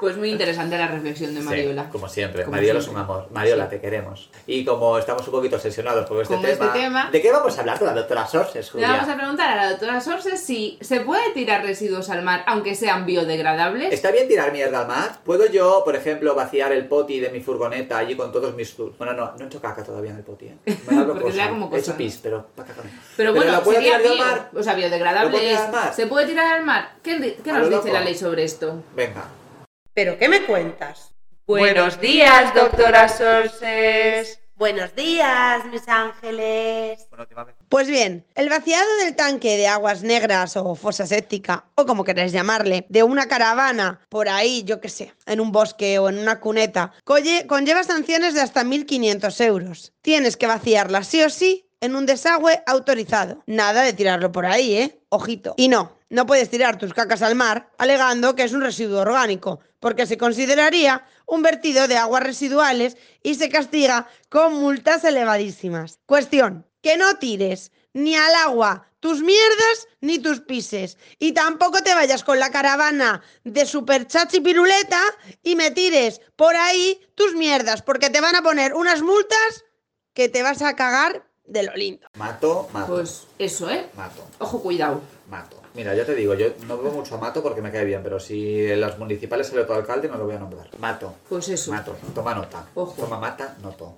S2: Pues muy interesante la reflexión de
S1: Sí,
S2: Mariola.
S1: como siempre,
S2: Como
S1: Mariola es
S2: siempre.
S1: un amor. Mariola, te queremos. Y como estamos un poquito obsesionados con este,
S2: Con este
S1: tema,
S2: tema.
S1: ¿de qué vamos a hablar con la doctora Sorces,
S2: Le
S1: Julia?
S2: vamos a preguntar a la doctora Sorces si se puede tirar residuos al mar, aunque sean biodegradables.
S1: ¿Está bien tirar mierda al mar? ¿Puedo yo, por ejemplo, vaciar el poti de mi furgoneta allí con todos mis... tus- Bueno, no, no he hecho caca todavía en el poti, ¿eh? Me da algo
S2: Porque le da como
S1: He hecho
S2: cosa.
S1: pis, pero... pa' caca no.
S2: Pero bueno,
S1: lo puedo
S2: sería
S1: tirar yo al
S2: bio-
S1: mar. ¿Lo
S2: o sea,
S1: puedo
S2: biodegradable
S1: tirar
S2: es.
S1: al mar?
S2: ¿Se puede tirar al mar? ¿Qué, di- qué
S1: A
S2: nos
S1: lo
S2: dice
S1: loco.
S2: la ley sobre esto?
S1: Venga.
S5: ¿Pero qué me cuentas?
S10: Buenos días, doctora Sorces.
S6: Buenos días, mis ángeles.
S5: Pues bien, el vaciado del tanque de aguas negras o fosa séptica, o como queráis llamarle, de una caravana por ahí, yo qué sé, en un bosque o en una cuneta, colle- conlleva sanciones de hasta 1.500 euros. Tienes que vaciarla sí o sí en un desagüe autorizado. Nada de tirarlo por ahí, ¿eh? Ojito. Y no, no puedes tirar tus cacas al mar alegando que es un residuo orgánico, porque se consideraría un vertido de aguas residuales y se castiga con multas elevadísimas. Cuestión, que no tires ni al agua tus mierdas ni tus pises. Y tampoco te vayas con la caravana de superchachi piruleta y me tires por ahí tus mierdas, porque te van a poner unas multas que te vas a cagar de lo lindo.
S1: Mato, mato,
S2: Pues eso, ¿eh?
S1: mato,
S2: Ojo, cuidado.
S1: mato. Mira, ya te digo, yo no veo mucho a Mato porque me cae bien, pero si en las municipales sale otro alcalde no lo voy a nombrar. Mato,
S2: Pues eso.
S1: mato, toma nota.
S2: Ojo.
S1: Toma mata, noto.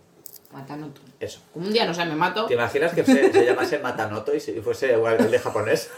S2: Matanoto.
S1: Eso.
S2: Como un día no sé, me mato.
S1: ¿Te imaginas que se, se llamase Matanoto y se- y fuese igual el de japonés?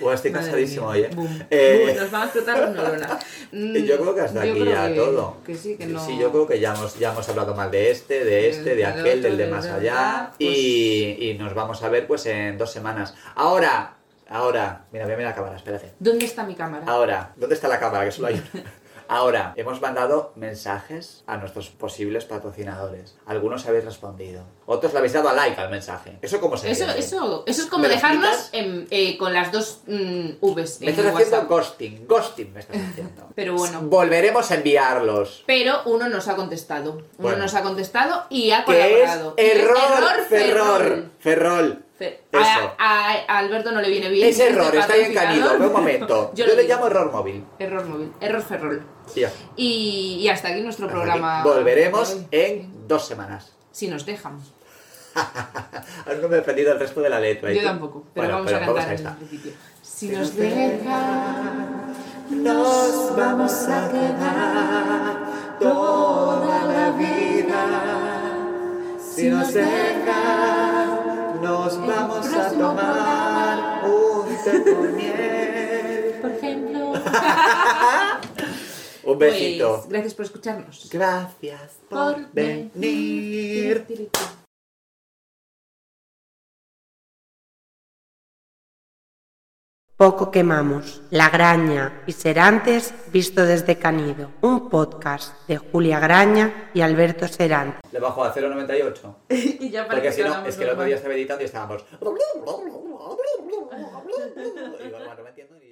S1: Pues estoy
S2: Madre
S1: cansadísimo
S2: mía.
S1: hoy, ¿eh?
S2: Boom.
S1: Eh,
S2: Boom, Nos van a explotar las neuronas.
S1: Y
S2: Mm,
S1: yo creo que hasta
S2: yo
S1: aquí
S2: creo
S1: ya
S2: que-
S1: todo.
S2: Que sí, que
S1: Sí,
S2: no.
S1: Sí, yo creo que ya hemos, ya hemos hablado mal de este, de este, de
S2: Del
S1: aquel, del
S2: otro,
S1: de
S2: del
S1: más
S2: de
S1: allá.
S2: acá,
S1: Y, y nos vamos a ver pues en dos semanas. Ahora, ahora, mira, mira la cámara, espérate.
S2: ¿Dónde está mi cámara?
S1: Ahora, ¿dónde está la cámara? Que solo hay una. Ahora, hemos mandado mensajes a nuestros posibles patrocinadores. Algunos habéis respondido. Otros le habéis dado a like al mensaje. ¿Eso cómo se
S2: Eso,
S1: hace?
S2: eso, eso es como
S1: ¿Me lo
S2: dejarnos
S1: explicas?
S2: en- eh, con las dos mm, Vs en
S1: Me estás haciendo
S2: WhatsApp.
S1: ghosting. Ghosting me estás haciendo.
S2: Pero bueno.
S1: Volveremos a enviarlos.
S2: Pero uno nos ha contestado. Uno
S1: Bueno.
S2: nos ha contestado y ha
S1: que es
S2: colaborado. Y es
S1: error,
S2: Ferrol.
S1: ferrol, ferrol.
S2: Fe-
S1: Eso.
S2: A, a- a Alberto no le viene bien. este
S1: Es error, está bien canido, ve un momento. Yo,
S2: Yo lo
S1: le
S2: digo.
S1: llamo error móvil.
S2: Error móvil, error ferrol.
S1: Sí, ya.
S2: Y, y hasta aquí nuestro
S1: Hasta
S2: programa.
S1: aquí. Volveremos
S2: de hoy.
S1: en dos semanas.
S2: Si nos dejan.
S1: Aún no me he perdido el resto de la letra. ¿y
S2: Yo
S1: tú?
S2: tampoco, pero
S1: Bueno,
S2: vamos a
S1: vamos a
S2: cantar en
S1: esta.
S2: el principio. Si nos dejan,
S1: Nos vamos a quedar toda la vida. Si nos dejan, nos vamos a tomar un té con miel.
S2: por ejemplo.
S1: Un besito.
S2: Pues, gracias por escucharnos.
S1: Gracias por,
S2: Por
S1: venir.
S5: Poco quemamos, La Graña y Serantes visto desde Canido, un podcast de Julia Graña y Alberto Serantes.
S1: Le bajo a 0,98.
S2: y ya para
S1: Porque
S2: que
S1: si no,
S2: hagamos
S1: es que el otro
S2: normal.
S1: día estaba editando y estábamos. Y digo, "Bueno, no entiendo ni-